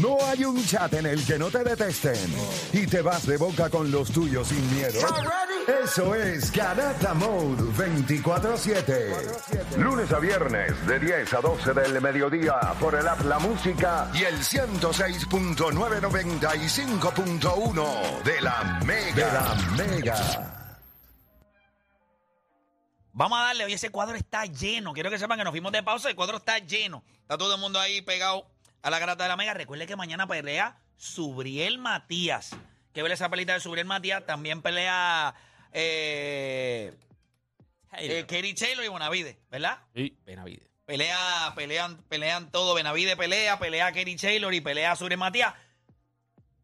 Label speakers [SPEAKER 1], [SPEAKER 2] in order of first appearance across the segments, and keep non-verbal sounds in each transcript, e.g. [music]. [SPEAKER 1] No hay un chat en el que no te detesten y te vas de boca con los tuyos sin miedo. Eso es Garata Mode 24-7. Lunes a viernes de 10 a 12 del mediodía por el app La Música y el 106.995.1 de la Mega. De la Mega.
[SPEAKER 2] Vamos a darle, hoy ese cuadro está lleno. Quiero que sepan que nos fuimos de pausa, el cuadro está lleno. Está todo el mundo ahí pegado a la grata de la mega. Recuerde que mañana pelea Subriel Matías. Que ver esa pelita de Subriel Matías. También pelea eh, eh, Kerry Taylor y Bonavide, ¿verdad?
[SPEAKER 3] Sí.
[SPEAKER 2] Benavide. Pelea, pelean, pelean todo. Benavide pelea, pelea Kerry Taylor y pelea Subriel Matías.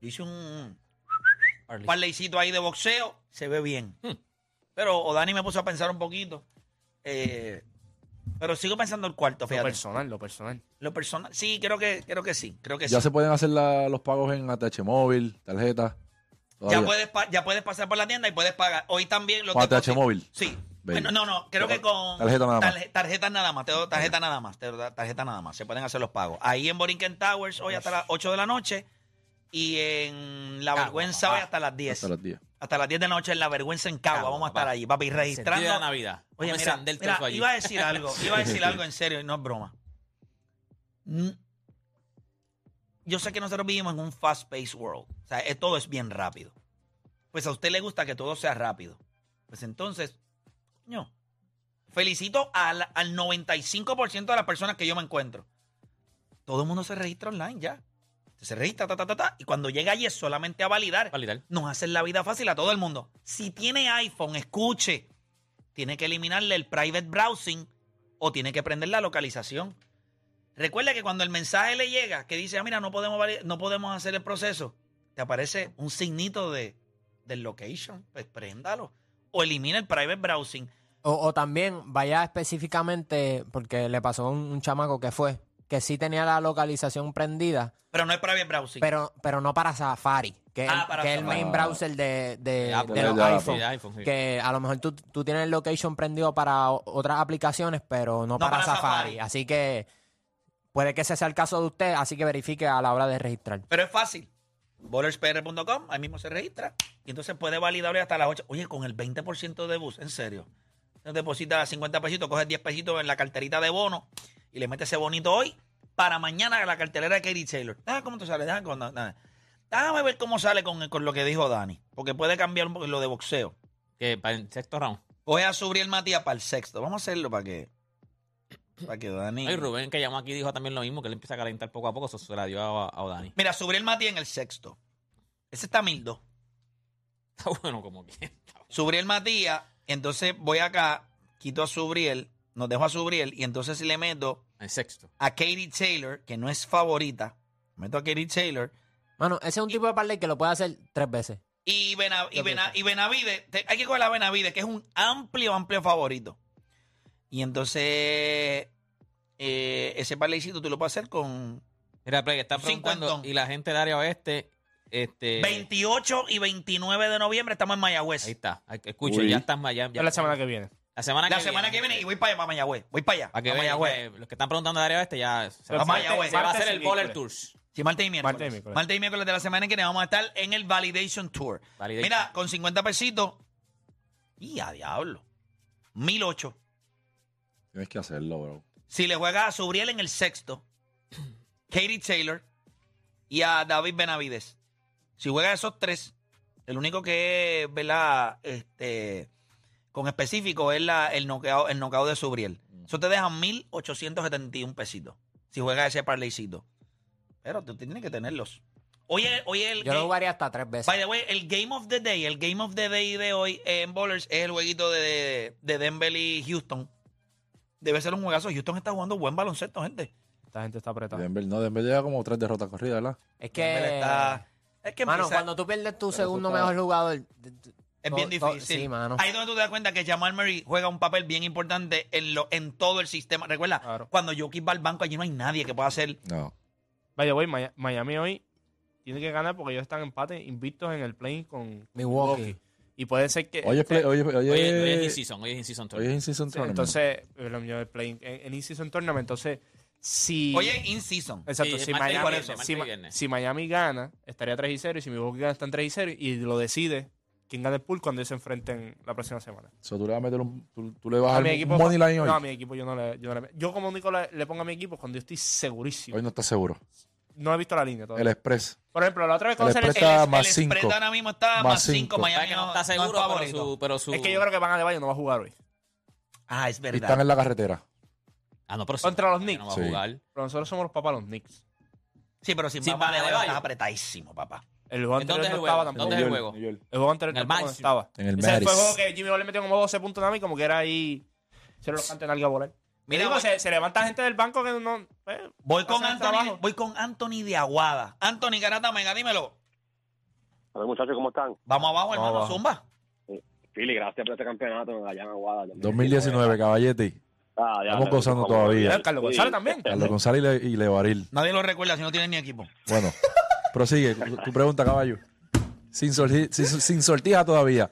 [SPEAKER 2] Hice un parleycito ahí de boxeo. Se ve bien.
[SPEAKER 3] Hmm.
[SPEAKER 2] Pero Odani me puso a pensar un poquito. Eh, pero sigo pensando el cuarto,
[SPEAKER 3] Lo
[SPEAKER 2] fíjate.
[SPEAKER 3] personal, lo personal.
[SPEAKER 2] Lo personal, sí, creo que, creo que sí, creo que
[SPEAKER 4] Ya
[SPEAKER 2] sí.
[SPEAKER 4] se pueden hacer la- los pagos en ATH móvil, tarjeta.
[SPEAKER 2] ya
[SPEAKER 4] todavía.
[SPEAKER 2] puedes pa- ya puedes pasar por la tienda y puedes pagar. Hoy también lo
[SPEAKER 4] Con
[SPEAKER 2] que
[SPEAKER 4] ATH
[SPEAKER 2] coste-
[SPEAKER 4] móvil.
[SPEAKER 2] Sí.
[SPEAKER 4] Bello.
[SPEAKER 2] Bueno, no, no, creo que con
[SPEAKER 4] Tarjeta nada más.
[SPEAKER 2] tarje- tarjeta nada más, te doy tarjeta nada más, te doy tarjeta nada más, se pueden hacer los pagos. Ahí en Borinquen Towers hoy hasta las 8 de la noche y en La
[SPEAKER 3] Cagua,
[SPEAKER 2] Vergüenza
[SPEAKER 3] papá.
[SPEAKER 2] hoy hasta las 10.
[SPEAKER 4] Hasta las 10.
[SPEAKER 2] Hasta las 10 de la noche en La Vergüenza en Cagua,
[SPEAKER 3] Cagua,
[SPEAKER 2] vamos a
[SPEAKER 3] papá.
[SPEAKER 2] estar allí, papi,
[SPEAKER 3] Sentido de la
[SPEAKER 2] registrando.
[SPEAKER 3] Navidad.
[SPEAKER 2] Oye,
[SPEAKER 3] Vamos a
[SPEAKER 2] mira,
[SPEAKER 3] encender
[SPEAKER 2] mira,
[SPEAKER 3] todo eso allí.
[SPEAKER 2] iba a decir algo, iba a decir algo en serio y no es broma. Mm. Yo sé que nosotros vivimos en un fast-paced world. O sea, eh, todo es bien rápido. Pues a usted le gusta que todo sea rápido. Pues entonces, no. Felicito al, al 95% de las personas que yo me encuentro. Todo el mundo se registra online ya. Se registra, ta, ta, ta, ta. Y cuando llega allí es solamente a validar
[SPEAKER 3] Validar.
[SPEAKER 2] nos hacen la vida fácil a todo el mundo. Si tiene iPhone, escuche, tiene que eliminarle el private browsing o tiene que prender la localización. Recuerda que cuando el mensaje le llega que dice, ah, mira, no podemos, vali- no podemos hacer el proceso, te aparece un signito de, del location, pues préndalo. O elimina el private browsing.
[SPEAKER 5] O, o también vaya específicamente, porque le pasó a un, un chamaco que fue, que sí tenía la localización prendida,
[SPEAKER 2] Pero no es private browsing.
[SPEAKER 5] pero, pero no para Safari, que,
[SPEAKER 2] Ah,
[SPEAKER 5] es-
[SPEAKER 2] para
[SPEAKER 5] que es el
[SPEAKER 2] Safari.
[SPEAKER 5] main browser de, de-
[SPEAKER 3] Apple.
[SPEAKER 5] de los
[SPEAKER 4] De Apple.
[SPEAKER 5] iPhone.
[SPEAKER 3] Sí, Ah, de iPhone, pues, sí.
[SPEAKER 5] Que a lo mejor tú, tú tienes el location prendido para o- otras aplicaciones, pero no, para,
[SPEAKER 2] para
[SPEAKER 5] Safari.
[SPEAKER 2] Safari.
[SPEAKER 5] Así que puede que ese sea el caso de usted, así que verifique a la hora de registrar.
[SPEAKER 2] Pero es fácil. BowlersPR.com, ahí mismo se registra. Y entonces puede validar hoy hasta las 8. Oye, con el 20% de bus, en serio. Entonces depositas 50 pesitos, coges 10 pesitos en la carterita de bono y le metes ese bonito hoy para mañana la cartelera de Katie Taylor. Ah, ¿cómo tú sales? Déjame, con- nada. Déjame ver cómo sale con, con lo que dijo Dani. Porque puede cambiar un poco lo de boxeo.
[SPEAKER 3] Que para el sexto round.
[SPEAKER 2] Coge a Subriel Matías para el sexto. Vamos a hacerlo para que. Para que Dani.
[SPEAKER 3] Ay, Rubén, que llamó aquí, dijo también lo mismo, que él empieza a calentar poco a poco. Eso se la dio a, a Dani. [laughs]
[SPEAKER 2] Mira, Subriel Matías en el sexto. Ese está 1002.
[SPEAKER 3] Está bueno como que.
[SPEAKER 2] Subriel Matías, entonces voy acá, quito a Subriel, nos dejo a Subriel, y entonces le meto
[SPEAKER 3] El sexto.
[SPEAKER 2] a Katie Taylor, que no es favorita, meto a Katie Taylor,
[SPEAKER 5] Mano, ese es un tipo de parlay que lo puede hacer tres veces.
[SPEAKER 2] y, Bena- y
[SPEAKER 5] Yo
[SPEAKER 2] Bena-
[SPEAKER 5] pienso.
[SPEAKER 2] y Benavides, te- hay que coger a Benavides, que es un amplio, amplio favorito. Y entonces, eh, ese parleycito tú lo puedes hacer con
[SPEAKER 3] Mira, Play, que está
[SPEAKER 2] Un
[SPEAKER 3] preguntando.
[SPEAKER 2] cincuentón.
[SPEAKER 3] Y la gente del área oeste. Este,
[SPEAKER 2] eh, 28 y 29 de noviembre, estamos en Mayagüez.
[SPEAKER 3] Ahí está. Escucho,
[SPEAKER 4] Uy.
[SPEAKER 3] ya estás más. Ya, ya-
[SPEAKER 6] Es la semana que viene.
[SPEAKER 3] La semana
[SPEAKER 2] La semana que viene, y voy para allá, para Mayagüez, voy para allá,
[SPEAKER 3] Para que
[SPEAKER 2] para
[SPEAKER 3] vean,
[SPEAKER 2] Mayagüez.
[SPEAKER 3] eh, los que están preguntando del área oeste ya. Se va,
[SPEAKER 2] Vamos
[SPEAKER 3] a-
[SPEAKER 2] allá, güey.
[SPEAKER 3] se va a hacer
[SPEAKER 6] Martes
[SPEAKER 3] el
[SPEAKER 6] y
[SPEAKER 3] Baller
[SPEAKER 6] miércoles.
[SPEAKER 3] Tours.
[SPEAKER 2] Sí, martes y miércoles.
[SPEAKER 6] Martes y miércoles.
[SPEAKER 2] Martes y miércoles de la semana que viene vamos a estar en el Validation Tour.
[SPEAKER 3] Validation.
[SPEAKER 2] Mira, con 50 pesitos. Y a diablo. 1008.
[SPEAKER 4] Tienes que hacerlo, bro.
[SPEAKER 2] Si le juega a Subriel en el sexto, Katie Taylor y a David Benavides. Si juega a esos tres, el único que es, ¿verdad? Este, con específico es la, el knockout, el knockout de Subriel.
[SPEAKER 5] Mm.
[SPEAKER 2] Eso te deja 1.871 pesitos. Si juega ese parleycito. Pero tú tienes que tenerlos. Oye, oye el,
[SPEAKER 5] Yo lo
[SPEAKER 2] el-
[SPEAKER 5] jugaría hasta tres veces.
[SPEAKER 2] By the way, el Game of the Day, el Game of the Day de hoy en Bowlers es el jueguito de, de Denver y Houston. Debe ser un juegazo. Houston está jugando buen baloncesto, gente.
[SPEAKER 6] Esta gente está apretada.
[SPEAKER 4] Denver, no, Denver lleva como tres derrotas corridas, ¿verdad?
[SPEAKER 2] Denver
[SPEAKER 5] Es que...
[SPEAKER 2] está- Es que
[SPEAKER 5] Mano,
[SPEAKER 2] empieza-
[SPEAKER 5] cuando tú pierdes tu segundo
[SPEAKER 4] está-
[SPEAKER 5] mejor jugador...
[SPEAKER 2] es
[SPEAKER 5] to-
[SPEAKER 2] bien
[SPEAKER 5] to-
[SPEAKER 2] difícil.
[SPEAKER 5] sí, mano.
[SPEAKER 2] Ahí es donde tú te das cuenta que Jamal Murray juega un papel bien importante en, lo, en todo el sistema. Recuerda,
[SPEAKER 6] Claro.
[SPEAKER 2] cuando Jokic va al banco, allí no hay nadie que pueda hacer.
[SPEAKER 4] No.
[SPEAKER 6] Vaya, güey, Maya- Miami hoy tiene que ganar porque ellos están empate invictos en el play con
[SPEAKER 5] Milwaukee.
[SPEAKER 6] Y puede ser que. este,
[SPEAKER 4] Oye, play- oye, oye,
[SPEAKER 3] Hoy es- hoy es
[SPEAKER 4] oye,
[SPEAKER 3] in-season, hoy es in-season.
[SPEAKER 6] eh,
[SPEAKER 4] es in-season tournament.
[SPEAKER 6] entonces, el play en, en season Tournament, entonces Si,
[SPEAKER 2] Oye, in season.
[SPEAKER 6] exacto,
[SPEAKER 3] Sí, martes y
[SPEAKER 6] si, Miami,
[SPEAKER 3] viernes, martes
[SPEAKER 6] si
[SPEAKER 3] y
[SPEAKER 6] Ma-
[SPEAKER 3] viernes.
[SPEAKER 6] si Miami gana, estaría 3 y 0. Y si Milwaukee gana, están 3 y 0. Y lo decide quién gana el pool cuando ellos se enfrenten la próxima semana.
[SPEAKER 4] So, tú le vas a meter un. Tú, tú le vas a
[SPEAKER 6] A
[SPEAKER 4] dar
[SPEAKER 6] mi
[SPEAKER 4] un
[SPEAKER 6] equipo,
[SPEAKER 4] money line hoy.
[SPEAKER 6] no, a mi equipo yo no le. Yo, no le- yo como único le, le pongo a mi equipo cuando yo estoy segurísimo.
[SPEAKER 4] Hoy no estás seguro.
[SPEAKER 6] No he visto la línea todavía.
[SPEAKER 4] El Express.
[SPEAKER 6] Por ejemplo, la otra vez
[SPEAKER 4] el
[SPEAKER 6] cuando se
[SPEAKER 4] Express
[SPEAKER 6] les-
[SPEAKER 4] está
[SPEAKER 2] el
[SPEAKER 4] más
[SPEAKER 2] spread
[SPEAKER 4] 5.
[SPEAKER 2] ahora mismo está
[SPEAKER 4] Más
[SPEAKER 2] más 5.
[SPEAKER 4] cinco.
[SPEAKER 2] Miami
[SPEAKER 3] Sabes que no está seguro, pero su, pero su-
[SPEAKER 6] Es que yo creo que Van de Valle no va a jugar hoy.
[SPEAKER 2] Ah, es
[SPEAKER 4] Y están
[SPEAKER 2] verdad.
[SPEAKER 4] en la carretera.
[SPEAKER 3] Ah, no, pero sí,
[SPEAKER 6] Contra los
[SPEAKER 3] que
[SPEAKER 6] Knicks.
[SPEAKER 3] No va a
[SPEAKER 4] Sí.
[SPEAKER 3] jugar.
[SPEAKER 6] Pero nosotros somos los papás de los Knicks.
[SPEAKER 2] Sí, pero sin
[SPEAKER 3] Sin
[SPEAKER 2] Bama de
[SPEAKER 3] Bama de
[SPEAKER 2] Bayo
[SPEAKER 3] Bayo.
[SPEAKER 2] estás apretadísimo, papá.
[SPEAKER 6] El juego
[SPEAKER 3] ¿Dónde
[SPEAKER 6] anterior no
[SPEAKER 3] es el
[SPEAKER 6] estaba
[SPEAKER 3] juego?
[SPEAKER 6] tampoco.
[SPEAKER 3] ¿Dónde es el juego?
[SPEAKER 6] El juego anterior
[SPEAKER 3] En el
[SPEAKER 6] tampoco
[SPEAKER 3] Madison.
[SPEAKER 6] estaba.
[SPEAKER 4] En el
[SPEAKER 6] Ese fue el
[SPEAKER 4] Madison.
[SPEAKER 6] juego que Jimmy Butler metió como 12 puntos nada más y como que era ahí. Se lo canten algo a volar.
[SPEAKER 2] Mira,
[SPEAKER 6] Mira,
[SPEAKER 2] voy-
[SPEAKER 6] se, se levanta gente del banco que no. eh,
[SPEAKER 2] Voy con,
[SPEAKER 6] Hacen el
[SPEAKER 2] Anthony,
[SPEAKER 6] trabajo.
[SPEAKER 2] voy con Anthony de Aguada. Anthony Garata Mega, dímelo.
[SPEAKER 7] A ver, muchachos, ¿cómo están?
[SPEAKER 2] Vamos abajo, hermano,
[SPEAKER 6] abajo.
[SPEAKER 2] zumba.
[SPEAKER 7] Philly, gracias por este campeonato allá en Aguada.
[SPEAKER 4] 2019, caballete.
[SPEAKER 7] Ah, ya,
[SPEAKER 4] Estamos
[SPEAKER 7] ya,
[SPEAKER 4] gozando
[SPEAKER 7] como-
[SPEAKER 4] todavía.
[SPEAKER 6] mira, Carlos
[SPEAKER 4] [laughs]
[SPEAKER 6] González también.
[SPEAKER 4] Carlos González y, Le- y Levaril.
[SPEAKER 2] Nadie lo recuerda si no tienes ni equipo.
[SPEAKER 4] Bueno, prosigue. Tu, tu pregunta, caballo. Sin, sorti- sin, sin sortija todavía.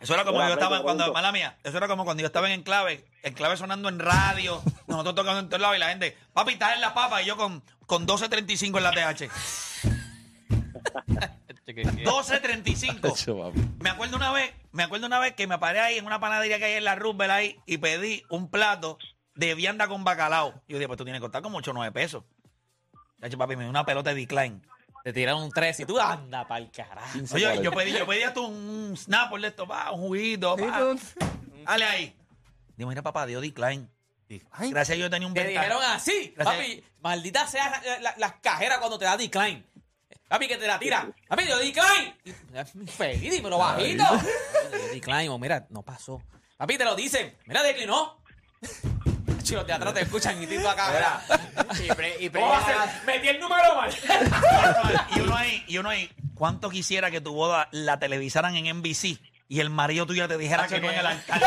[SPEAKER 2] Eso era como
[SPEAKER 7] Hola,
[SPEAKER 2] yo estaba
[SPEAKER 7] Pedro,
[SPEAKER 2] cuando,
[SPEAKER 7] pregunto.
[SPEAKER 2] mala mía, eso era como cuando yo estaba en Enclave, Enclave sonando en radio, nosotros tocando en todos lados y la gente, papi, estás en la papa y yo con, con 12.35 en la TH.
[SPEAKER 3] Este que- que-
[SPEAKER 2] 12.35.
[SPEAKER 4] Chaval. papi.
[SPEAKER 2] Me acuerdo una vez, me acuerdo una vez que me paré ahí en una panadería que hay en la Roosevelt ahí y pedí un plato de vianda con bacalao. Y yo dije, pues tú tienes que costar como 8 o 9 pesos. Chacho, papi, me dio una pelota de decline.
[SPEAKER 3] Te tiraron un 3 y tú anda pa'l carajo.
[SPEAKER 2] Oye, yo pedí, yo pedí hasta un snapper de esto, pa, un juguito, pa. Dale ahí. Digo, mira, papá, dio decline.
[SPEAKER 6] Ay,
[SPEAKER 2] Gracias a Dios yo tenía un
[SPEAKER 3] Te
[SPEAKER 2] ventana.
[SPEAKER 3] dijeron así,
[SPEAKER 2] Gracias.
[SPEAKER 3] papi. Maldita sea la- la- las cajeras cuando te da decline. Papi, que te la tira. Papi, yo decline. Y- Feliz, dímelo bajito. Yo decline, o mira, no pasó. Papi, te lo dicen. Mira, declinó. [laughs] Chicos, de atrás te escuchan y tito acá, ¿verdad?
[SPEAKER 5] Y pre- y pre-
[SPEAKER 3] ¿Cómo va a ser? Metí el número mal.
[SPEAKER 2] y uno ahí, y uno ahí, ¿cuánto quisiera que tu boda la televisaran en NBC y el marido tuyo te dijera
[SPEAKER 3] Ah,
[SPEAKER 2] que
[SPEAKER 3] que
[SPEAKER 2] no en
[SPEAKER 3] no.
[SPEAKER 2] el altar?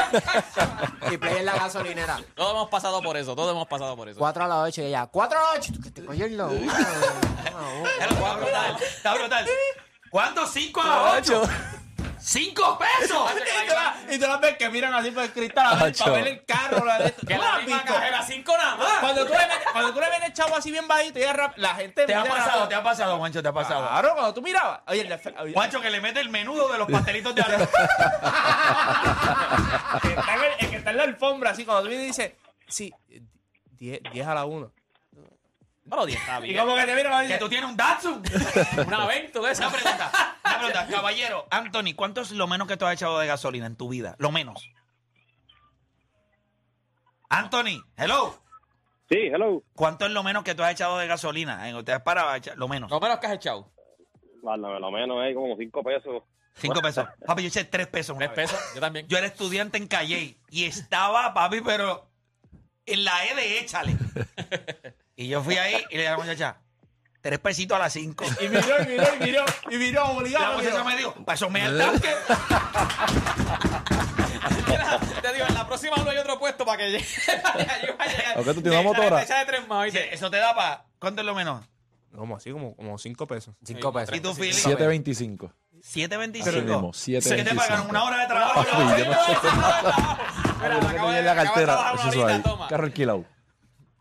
[SPEAKER 5] Y play en la gasolinera.
[SPEAKER 3] Todos hemos pasado por eso, todos hemos pasado por eso.
[SPEAKER 5] 4 a las 8 y ella, 4 a las 8. Que te coges la boca, güey.
[SPEAKER 2] Está
[SPEAKER 3] [laughs]
[SPEAKER 2] brutal, está brutal. ¿Cuánto? ¿Cinco a ocho? ¡Cinco pesos!
[SPEAKER 6] Ah, [laughs] Y todas- Y todas las ves que miran así por el cristal, a ver el
[SPEAKER 4] Ocho.
[SPEAKER 6] papel, el carro, la de esto.
[SPEAKER 3] Que
[SPEAKER 6] ¿Tú
[SPEAKER 3] la
[SPEAKER 6] has
[SPEAKER 3] misma
[SPEAKER 6] visto?
[SPEAKER 3] cajera, cinco nada más.
[SPEAKER 6] Cuando tú, le metes, cuando tú le ves el chavo así bien bajito y ella rap- la gente.
[SPEAKER 2] Te ha
[SPEAKER 6] mira,
[SPEAKER 2] pasado, te ha pasado, Juancho, te ha pasado.
[SPEAKER 6] Claro, cuando tú mirabas. Oye, el de-
[SPEAKER 3] Ah.
[SPEAKER 6] oye,
[SPEAKER 2] Juancho, que le mete el menudo de los pastelitos de
[SPEAKER 3] [laughs]
[SPEAKER 2] arroz.
[SPEAKER 6] el que está en el- el que está en la alfombra, así, cuando tú vienes y dices, sí, 10 a la 1.
[SPEAKER 3] Bueno, diez, está
[SPEAKER 6] Y
[SPEAKER 3] bien.
[SPEAKER 6] como que te miran,
[SPEAKER 2] que
[SPEAKER 6] dices,
[SPEAKER 2] tú tienes un
[SPEAKER 3] [laughs]
[SPEAKER 2] Datsun.
[SPEAKER 3] Una vez, tú ves.
[SPEAKER 2] Una pregunta, una pregunta. Caballero, Anthony, ¿cuánto es lo menos que tú has echado de gasolina en tu vida? Lo menos. Anthony, hello.
[SPEAKER 7] Sí, hello.
[SPEAKER 2] ¿Cuánto es lo menos que tú has echado de gasolina? Eh, En ustedes para echar lo menos.
[SPEAKER 3] Lo menos que has echado.
[SPEAKER 7] Bueno, lo menos es como 5 pesos.
[SPEAKER 2] Cinco pesos. Papi, yo eché tres pesos. una
[SPEAKER 3] Tres
[SPEAKER 2] vez.
[SPEAKER 3] pesos, yo también.
[SPEAKER 2] Yo era estudiante en Calle y estaba, papi, pero en la E
[SPEAKER 4] [laughs]
[SPEAKER 2] de échale. Y yo fui ahí y le dije a la muchacha, tres pesitos a las cinco.
[SPEAKER 6] y miró, y miró, y miró, y miró,
[SPEAKER 2] La
[SPEAKER 6] obligado.
[SPEAKER 2] muchacha
[SPEAKER 6] miró.
[SPEAKER 2] me dijo, "Pues, pasó me
[SPEAKER 4] [laughs]
[SPEAKER 2] al tanque.
[SPEAKER 3] Te digo, en la próxima no hay otro puesto para que llegue.
[SPEAKER 4] Ok, tú tienes una motora.
[SPEAKER 3] Echa de tres
[SPEAKER 2] [laughs]
[SPEAKER 3] más,
[SPEAKER 2] Dice,
[SPEAKER 3] ¿oíste?
[SPEAKER 2] Eso te da para, ¿cuánto es lo menos?
[SPEAKER 6] Como así, como 5 pesos.
[SPEAKER 5] 5 pesos.
[SPEAKER 2] Y tú, Philly,
[SPEAKER 4] 725. Así
[SPEAKER 2] 7.25.
[SPEAKER 4] mismo,
[SPEAKER 2] ¿Qué te
[SPEAKER 4] 7.25.
[SPEAKER 2] pagaron? Una hora de trabajo.
[SPEAKER 4] Uy, yo no sé.
[SPEAKER 3] Mira,
[SPEAKER 4] Ah, Yo
[SPEAKER 3] acabo
[SPEAKER 4] tenía
[SPEAKER 3] de-
[SPEAKER 4] en la
[SPEAKER 3] acabo de
[SPEAKER 4] cartera.
[SPEAKER 3] trabajar una
[SPEAKER 4] Eso
[SPEAKER 3] horita,
[SPEAKER 4] ahí.
[SPEAKER 3] toma.
[SPEAKER 4] Carro alquilado.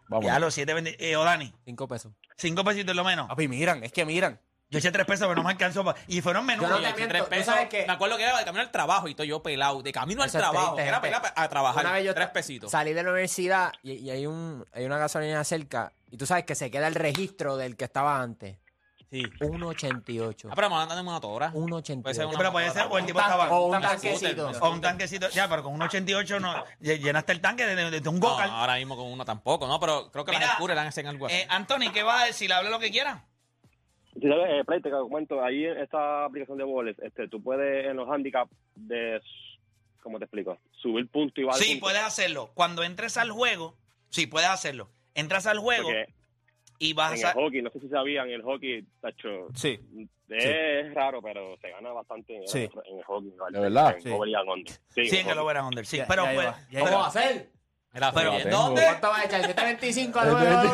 [SPEAKER 4] Vamos.
[SPEAKER 2] Ya, los 7.25. Eh, Odani,
[SPEAKER 5] 5 pesos.
[SPEAKER 2] cinco pesitos es lo menos.
[SPEAKER 6] Papi, miran, es que miran.
[SPEAKER 2] Yo eché tres pesos, pero no me alcanzó. pa- Y fueron menudos.
[SPEAKER 5] Yo no te
[SPEAKER 3] Eché
[SPEAKER 5] miento,
[SPEAKER 3] tres
[SPEAKER 5] ¿tú
[SPEAKER 3] pesos.
[SPEAKER 5] sabes qué?
[SPEAKER 3] Me acuerdo que era de camino al trabajo y todo yo pelado. De camino al
[SPEAKER 5] Eso es
[SPEAKER 3] trabajo.
[SPEAKER 5] triste,
[SPEAKER 3] Era
[SPEAKER 5] gente.
[SPEAKER 3] pelado a trabajar.
[SPEAKER 5] Una vez yo
[SPEAKER 3] tres
[SPEAKER 5] tra-
[SPEAKER 3] pesitos.
[SPEAKER 5] Salí de la universidad y, y hay, un, hay una gasolina cerca. Y tú sabes que se queda el registro del que estaba antes.
[SPEAKER 3] Sí.
[SPEAKER 5] 1.88.
[SPEAKER 3] Ah, pero me mandan en una tora. Puede ser
[SPEAKER 5] 1.88.
[SPEAKER 3] una
[SPEAKER 2] Pero puede
[SPEAKER 3] motora
[SPEAKER 2] ser, o el
[SPEAKER 3] también.
[SPEAKER 2] tipo estaba.
[SPEAKER 5] O un
[SPEAKER 3] Tan-
[SPEAKER 5] tanquecito.
[SPEAKER 2] O un tanquecito. Ya, pero con un 88 no, lle- llenaste el tanque de, de- de un
[SPEAKER 3] No,
[SPEAKER 2] go
[SPEAKER 3] ahora mismo con uno tampoco, ¿no? Pero creo que
[SPEAKER 2] Mira,
[SPEAKER 3] las oscuras eran en algo así.
[SPEAKER 2] Eh, Anthony, ¿qué vas a decir? Habla lo que quiera.
[SPEAKER 7] Si sabes, eh, Play, te comento, ahí en esta aplicación de boles, este, tú puedes en los handicaps de, ¿cómo te explico? Subir punto y bajar
[SPEAKER 2] Sí,
[SPEAKER 7] punto.
[SPEAKER 2] puedes hacerlo. Cuando entres al juego, sí, puedes hacerlo. Entras al juego
[SPEAKER 7] Porque
[SPEAKER 2] y vas
[SPEAKER 7] en el
[SPEAKER 2] a.
[SPEAKER 7] hockey, no sé si sabían, el hockey, tacho,
[SPEAKER 6] Sí.
[SPEAKER 7] es raro, pero se gana bastante en,
[SPEAKER 6] Sí.
[SPEAKER 7] en el hockey. ¿vale?
[SPEAKER 4] ¿De verdad?
[SPEAKER 7] En
[SPEAKER 6] Sí.
[SPEAKER 7] over y and under. Sí,
[SPEAKER 2] Sí, en el
[SPEAKER 7] hockey.
[SPEAKER 2] over and under. Sí,
[SPEAKER 6] Ya-
[SPEAKER 2] pero
[SPEAKER 6] ya
[SPEAKER 2] pues-
[SPEAKER 6] iba, ya
[SPEAKER 5] ¿Cómo
[SPEAKER 2] pero-
[SPEAKER 5] va a ser?
[SPEAKER 3] Era
[SPEAKER 4] Pero la
[SPEAKER 3] frío.
[SPEAKER 4] tengo.
[SPEAKER 3] ¿Dónde?
[SPEAKER 5] ¿Cuánto va a echar?
[SPEAKER 6] [laughs]
[SPEAKER 5] 7.25 a 9.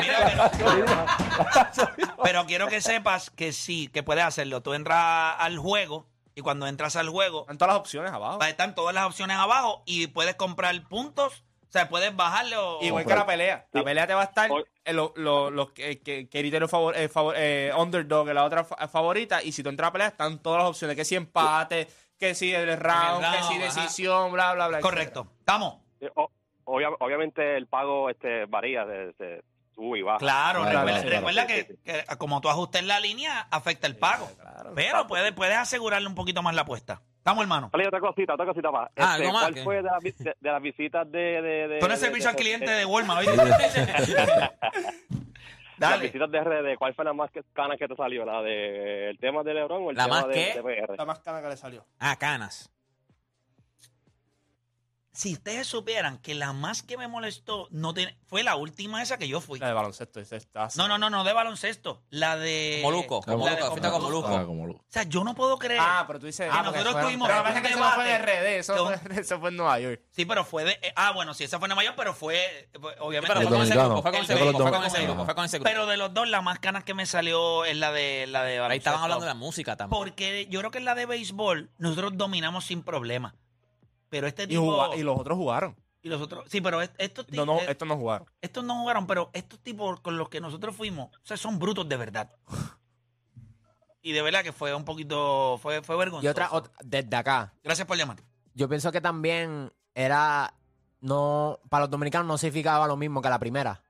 [SPEAKER 2] Mira, pero, pero quiero que sepas que sí, que puedes hacerlo. Tú entras al juego y cuando entras al juego Pues,
[SPEAKER 6] Están todas las opciones abajo.
[SPEAKER 2] están todas las opciones abajo y puedes comprar puntos O sea, puedes bajarle o.
[SPEAKER 6] Igual que la pelea. La
[SPEAKER 7] Sí.
[SPEAKER 6] pelea te va a estar
[SPEAKER 7] Hoy-
[SPEAKER 6] eh, lo- lo- los que- que criterios favor, eh, favor- eh, underdog, la otra fa- favorita. Y si tú entras a la pelea, están todas las opciones: que si empate, que si el round,
[SPEAKER 2] El round,
[SPEAKER 6] que si
[SPEAKER 2] ajá.
[SPEAKER 6] decisión, bla, bla, bla.
[SPEAKER 2] Correcto. Estamos.
[SPEAKER 7] Eh, o- obvia- obviamente el pago este varía de, de sube y baja.
[SPEAKER 2] Claro,
[SPEAKER 8] Claro,
[SPEAKER 2] recuerda,
[SPEAKER 8] claro.
[SPEAKER 2] recuerda Que, que como tú ajustes la línea, afecta el pago. Pero puedes, puedes asegurarle un poquito más la apuesta. Estamos, hermano.
[SPEAKER 7] Dale, otra cosita, otra cosita más. Este,
[SPEAKER 3] Ah, algo más,
[SPEAKER 7] ¿Cuál
[SPEAKER 3] ¿qué?
[SPEAKER 7] fue de, la vi- de- de las visitas de, de, de-
[SPEAKER 2] Tú eres
[SPEAKER 7] de-
[SPEAKER 2] servicio al
[SPEAKER 7] de-
[SPEAKER 2] cliente
[SPEAKER 7] de-
[SPEAKER 2] de Walmart, ¿oíste?
[SPEAKER 7] Las
[SPEAKER 2] [laughs] Dale.
[SPEAKER 7] visitas de RD, ¿cuál fue la más que- cana que te salió? ¿La del tema de LeBron o el
[SPEAKER 3] ¿La
[SPEAKER 7] tema
[SPEAKER 3] más
[SPEAKER 7] de,
[SPEAKER 3] qué?
[SPEAKER 7] de PR?
[SPEAKER 6] La más cara que le salió.
[SPEAKER 3] Ah, canas.
[SPEAKER 2] Si ustedes supieran que la más que me molestó no tiene- fue la última esa que yo fui.
[SPEAKER 6] La de baloncesto. esa está-
[SPEAKER 2] No, no, no, no de baloncesto. La de.
[SPEAKER 3] Moluco.
[SPEAKER 2] La de
[SPEAKER 3] Moluco, fiesta con
[SPEAKER 2] Moluco.
[SPEAKER 3] Moluco.
[SPEAKER 8] Ah, como lo-
[SPEAKER 2] O sea, yo no puedo creer.
[SPEAKER 6] Ah, pero tú dices.
[SPEAKER 2] que
[SPEAKER 6] Ah,
[SPEAKER 2] nosotros
[SPEAKER 5] fueron
[SPEAKER 2] tuvimos.
[SPEAKER 6] pero lo que pasa es que eso no fue de
[SPEAKER 2] debate.
[SPEAKER 6] RD, eso,
[SPEAKER 2] Con-
[SPEAKER 6] fue, [laughs] eso fue en Nueva York.
[SPEAKER 2] Sí, pero fue de. eh, ah, bueno, sí, esa fue en Nueva York, pero fue. eh, Obviamente.
[SPEAKER 3] Pero
[SPEAKER 2] fue
[SPEAKER 3] fue
[SPEAKER 8] Los
[SPEAKER 3] con ese
[SPEAKER 8] dominicanos.
[SPEAKER 3] grupo, fue con ese
[SPEAKER 2] Fue con
[SPEAKER 3] grupo, fue con
[SPEAKER 2] los
[SPEAKER 3] ese grupo, fue con ese grupo.
[SPEAKER 2] Pero de los dos, la más canas que me salió es la de la de
[SPEAKER 3] Ahí estaban
[SPEAKER 2] baloncesto.
[SPEAKER 3] hablando de la música también.
[SPEAKER 2] Porque yo creo que en la de béisbol nosotros dominamos sin problema. Pero este
[SPEAKER 6] Y,
[SPEAKER 2] tipo.
[SPEAKER 6] juga- y los otros jugaron.
[SPEAKER 2] y los otros. Sí, pero est- estos, ti-
[SPEAKER 6] No, no,
[SPEAKER 2] eh,
[SPEAKER 6] estos no jugaron.
[SPEAKER 2] estos no jugaron, pero estos tipos con los que nosotros fuimos, o sea, son brutos de verdad. Y de verdad que fue un poquito. Fue, fue vergonzoso.
[SPEAKER 5] Y otra, ot- desde acá,
[SPEAKER 2] Gracias por llamar.
[SPEAKER 5] yo pienso que también era. No, para los dominicanos no significaba lo mismo que la primera.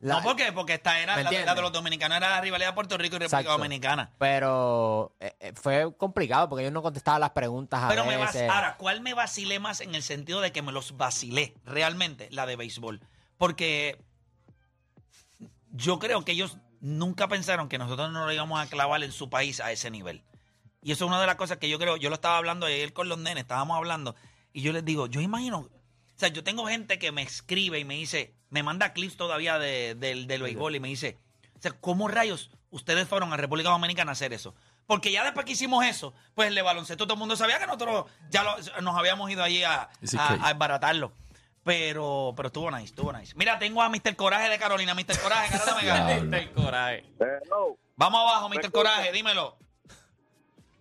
[SPEAKER 5] La-
[SPEAKER 2] no, ¿por qué? Porque esta era
[SPEAKER 5] ¿Me
[SPEAKER 2] la, de- la de
[SPEAKER 5] entiendes?
[SPEAKER 2] los dominicanos, era la rivalidad de Puerto Rico y República
[SPEAKER 5] Exacto.
[SPEAKER 2] Dominicana.
[SPEAKER 5] Pero eh, eh, fue complicado porque ellos no contestaban las preguntas a
[SPEAKER 2] Pero me vas,
[SPEAKER 5] veces.
[SPEAKER 2] ahora, ¿cuál me vacilé más en el sentido de que me los vacilé realmente? La de béisbol. Porque yo creo que ellos nunca pensaron que nosotros no lo íbamos a clavar en su país a ese nivel. Y eso es una de las cosas que yo creo, yo lo estaba hablando ayer con los nenes, estábamos hablando, y yo les digo, yo imagino, o sea, yo tengo gente que me escribe y me dice, me manda clips todavía de- del, del béisbol y me dice, o sea, ¿cómo rayos ustedes fueron a República Dominicana a hacer eso? Porque ya después que hicimos eso, pues el de baloncesto todo el mundo sabía que nosotros ya lo- nos habíamos ido allí a,
[SPEAKER 8] Ese
[SPEAKER 2] a-
[SPEAKER 8] cake.
[SPEAKER 2] a desbaratarlo. Pero, pero estuvo nice, estuvo nice. Mira, tengo a Mr. Coraje de Carolina, Mr. Coraje, Carolina Mega.
[SPEAKER 8] Diablo.
[SPEAKER 3] Ay, coraje.
[SPEAKER 7] Hello,
[SPEAKER 2] Vamos abajo,
[SPEAKER 7] Me
[SPEAKER 2] Mr.
[SPEAKER 7] escucha.
[SPEAKER 2] Coraje, dímelo.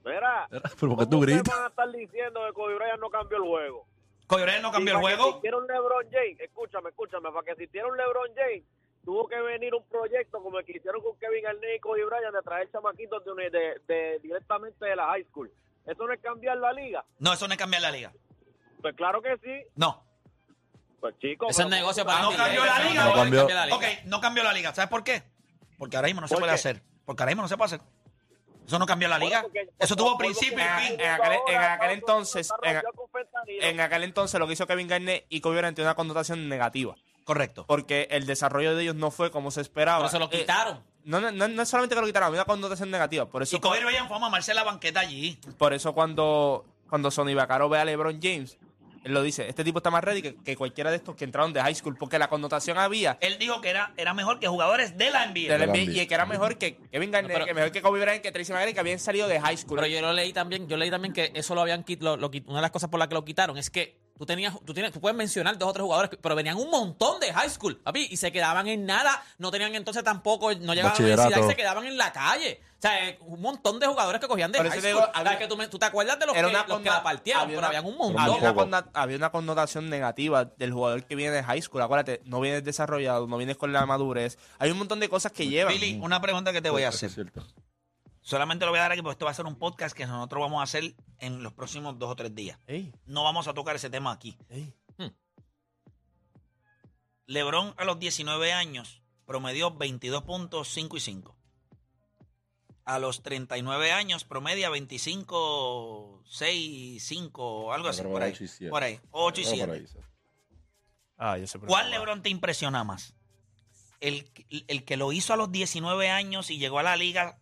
[SPEAKER 7] mira.
[SPEAKER 8] Pero porque tú gritas.
[SPEAKER 7] van a estar diciendo que Kobe Bryant no cambió el juego?
[SPEAKER 2] Coyorel no cambió el
[SPEAKER 7] Y para que
[SPEAKER 2] juego.
[SPEAKER 7] existiera un LeBron James, escúchame, escúchame, para que existiera un LeBron James, tuvo que venir un proyecto como el que hicieron con Kevin Garnett y Kobe Bryant de traer chamaquitos de, uni- de- de- directamente de la high school. ¿Eso no es cambiar la liga?
[SPEAKER 2] No, eso no es cambiar la liga.
[SPEAKER 7] Pues claro que sí.
[SPEAKER 2] No.
[SPEAKER 7] Pues chicos.
[SPEAKER 3] Ese es negocio
[SPEAKER 7] Ah,
[SPEAKER 3] para
[SPEAKER 2] No
[SPEAKER 3] ti,
[SPEAKER 2] cambió
[SPEAKER 3] eh.
[SPEAKER 2] la liga,
[SPEAKER 3] No
[SPEAKER 8] no cambió.
[SPEAKER 3] cambió la liga.
[SPEAKER 2] Ok, no cambió la liga. ¿Sabes por qué? Porque ahora mismo no se
[SPEAKER 7] ¿Por
[SPEAKER 2] puede
[SPEAKER 7] qué?
[SPEAKER 2] hacer. Porque ahora mismo no se puede hacer. Eso no cambió la liga.
[SPEAKER 7] Bueno, porque-
[SPEAKER 2] Eso tuvo
[SPEAKER 7] porque-
[SPEAKER 2] principio y
[SPEAKER 7] porque-
[SPEAKER 2] fin.
[SPEAKER 6] En aquel- en aquel entonces,
[SPEAKER 7] Está
[SPEAKER 6] en-
[SPEAKER 7] rodeado con fentanilo.
[SPEAKER 6] En aquel entonces lo que hizo Kevin Garnett y Kobe Bryant tiene una connotación negativa.
[SPEAKER 2] Correcto.
[SPEAKER 6] Porque el desarrollo de ellos no fue como se esperaba.
[SPEAKER 3] Pero se lo
[SPEAKER 6] Eh,
[SPEAKER 3] quitaron.
[SPEAKER 6] no, no, no, no es solamente que lo quitaron, había una connotación negativa. Por eso,
[SPEAKER 2] Y Kobe Bryant fue a mamarse la banqueta allí.
[SPEAKER 6] por eso cuando, cuando Sonny Vaccaro ve a LeBron James, él lo dice, este tipo está más ready que, que cualquiera de estos que entraron de high school. Porque la connotación había
[SPEAKER 2] Él dijo que era, era mejor que jugadores de la NBA.
[SPEAKER 6] del
[SPEAKER 8] la
[SPEAKER 6] NBA,
[SPEAKER 8] NBA.
[SPEAKER 6] y el que era mejor que Kevin Garnett,
[SPEAKER 3] No, pero-
[SPEAKER 6] que mejor que Kobe Bryant, que Tracy McGrady, que habían salido de high school.
[SPEAKER 3] Pero yo lo leí también, yo leí también que eso lo habían quitado, una de las cosas por las que lo quitaron es que tú tenías, tú tienes, tú puedes mencionar dos o tres jugadores, que- pero venían un montón de high school, papi, y se quedaban en nada, no tenían entonces tampoco, no llegaban a la
[SPEAKER 8] Bachillerato.
[SPEAKER 3] universidad y se quedaban en la calle. O sea, eh, un montón de jugadores que cogían de
[SPEAKER 6] Por
[SPEAKER 3] high
[SPEAKER 6] eso
[SPEAKER 3] school.
[SPEAKER 6] te digo,
[SPEAKER 3] O sea,
[SPEAKER 6] había-
[SPEAKER 3] que tú, me- tú te acuerdas de los, que,
[SPEAKER 6] Era una
[SPEAKER 3] los que
[SPEAKER 6] conda-
[SPEAKER 3] la partieron,
[SPEAKER 6] había
[SPEAKER 3] pero
[SPEAKER 6] una-
[SPEAKER 3] habían un
[SPEAKER 6] había,
[SPEAKER 8] Pero
[SPEAKER 3] montón.
[SPEAKER 6] una
[SPEAKER 8] un poco.
[SPEAKER 6] conna- había una connotación negativa del jugador que viene de high school. Acuérdate, no vienes desarrollado, no vienes con la madurez. Hay un montón de cosas que llevan.
[SPEAKER 2] Billy, una pregunta que te voy a hacer.
[SPEAKER 8] Es cierto.
[SPEAKER 2] Solamente lo voy a dar aquí porque esto va a ser un podcast que nosotros vamos a hacer en los próximos dos o tres días.
[SPEAKER 6] Ey,
[SPEAKER 2] No vamos a tocar ese tema aquí.
[SPEAKER 6] ey.
[SPEAKER 2] LeBron a los 19 años promedió 22.5 y 5. A los 39 años promedia 25, 6, 5, algo así
[SPEAKER 8] Pero
[SPEAKER 2] por ahí.
[SPEAKER 8] ocho y siete.
[SPEAKER 2] Por ahí, 8 y
[SPEAKER 8] Pero
[SPEAKER 2] 7.
[SPEAKER 8] por ahí, sí.
[SPEAKER 6] Ah, yo sé por
[SPEAKER 2] ¿Cuál
[SPEAKER 6] qué.
[SPEAKER 2] LeBron te impresiona más? El, el que lo hizo a los 19 años y llegó a la liga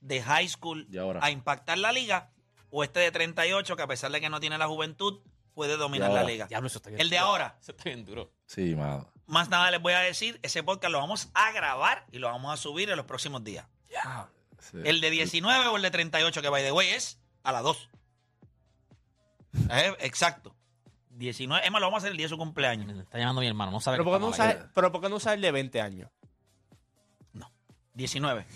[SPEAKER 2] de high school
[SPEAKER 8] Y ahora.
[SPEAKER 2] a impactar la liga o este de 38 que a pesar de que no tiene la juventud puede dominar
[SPEAKER 8] Y
[SPEAKER 2] la
[SPEAKER 8] ahora.
[SPEAKER 2] liga.
[SPEAKER 3] Diablo, eso está bien
[SPEAKER 2] El de
[SPEAKER 3] duro.
[SPEAKER 2] ahora.
[SPEAKER 3] [laughs] Eso está bien duro.
[SPEAKER 8] Sí, mano.
[SPEAKER 2] Más nada les voy a decir, ese podcast lo vamos a grabar y lo vamos a subir en los próximos días.
[SPEAKER 8] Sí.
[SPEAKER 2] El de 19 o el de 38 que by the way es a las 2. Eh, exacto. 19, es más, lo vamos a hacer el día de su cumpleaños.
[SPEAKER 3] Me Está llamando mi hermano, no sabe
[SPEAKER 6] Pero
[SPEAKER 3] qué
[SPEAKER 6] ¿por, qué no
[SPEAKER 3] estamos
[SPEAKER 6] usas,
[SPEAKER 3] hablando.
[SPEAKER 6] pero por qué no usas el de 20 años?
[SPEAKER 2] 19.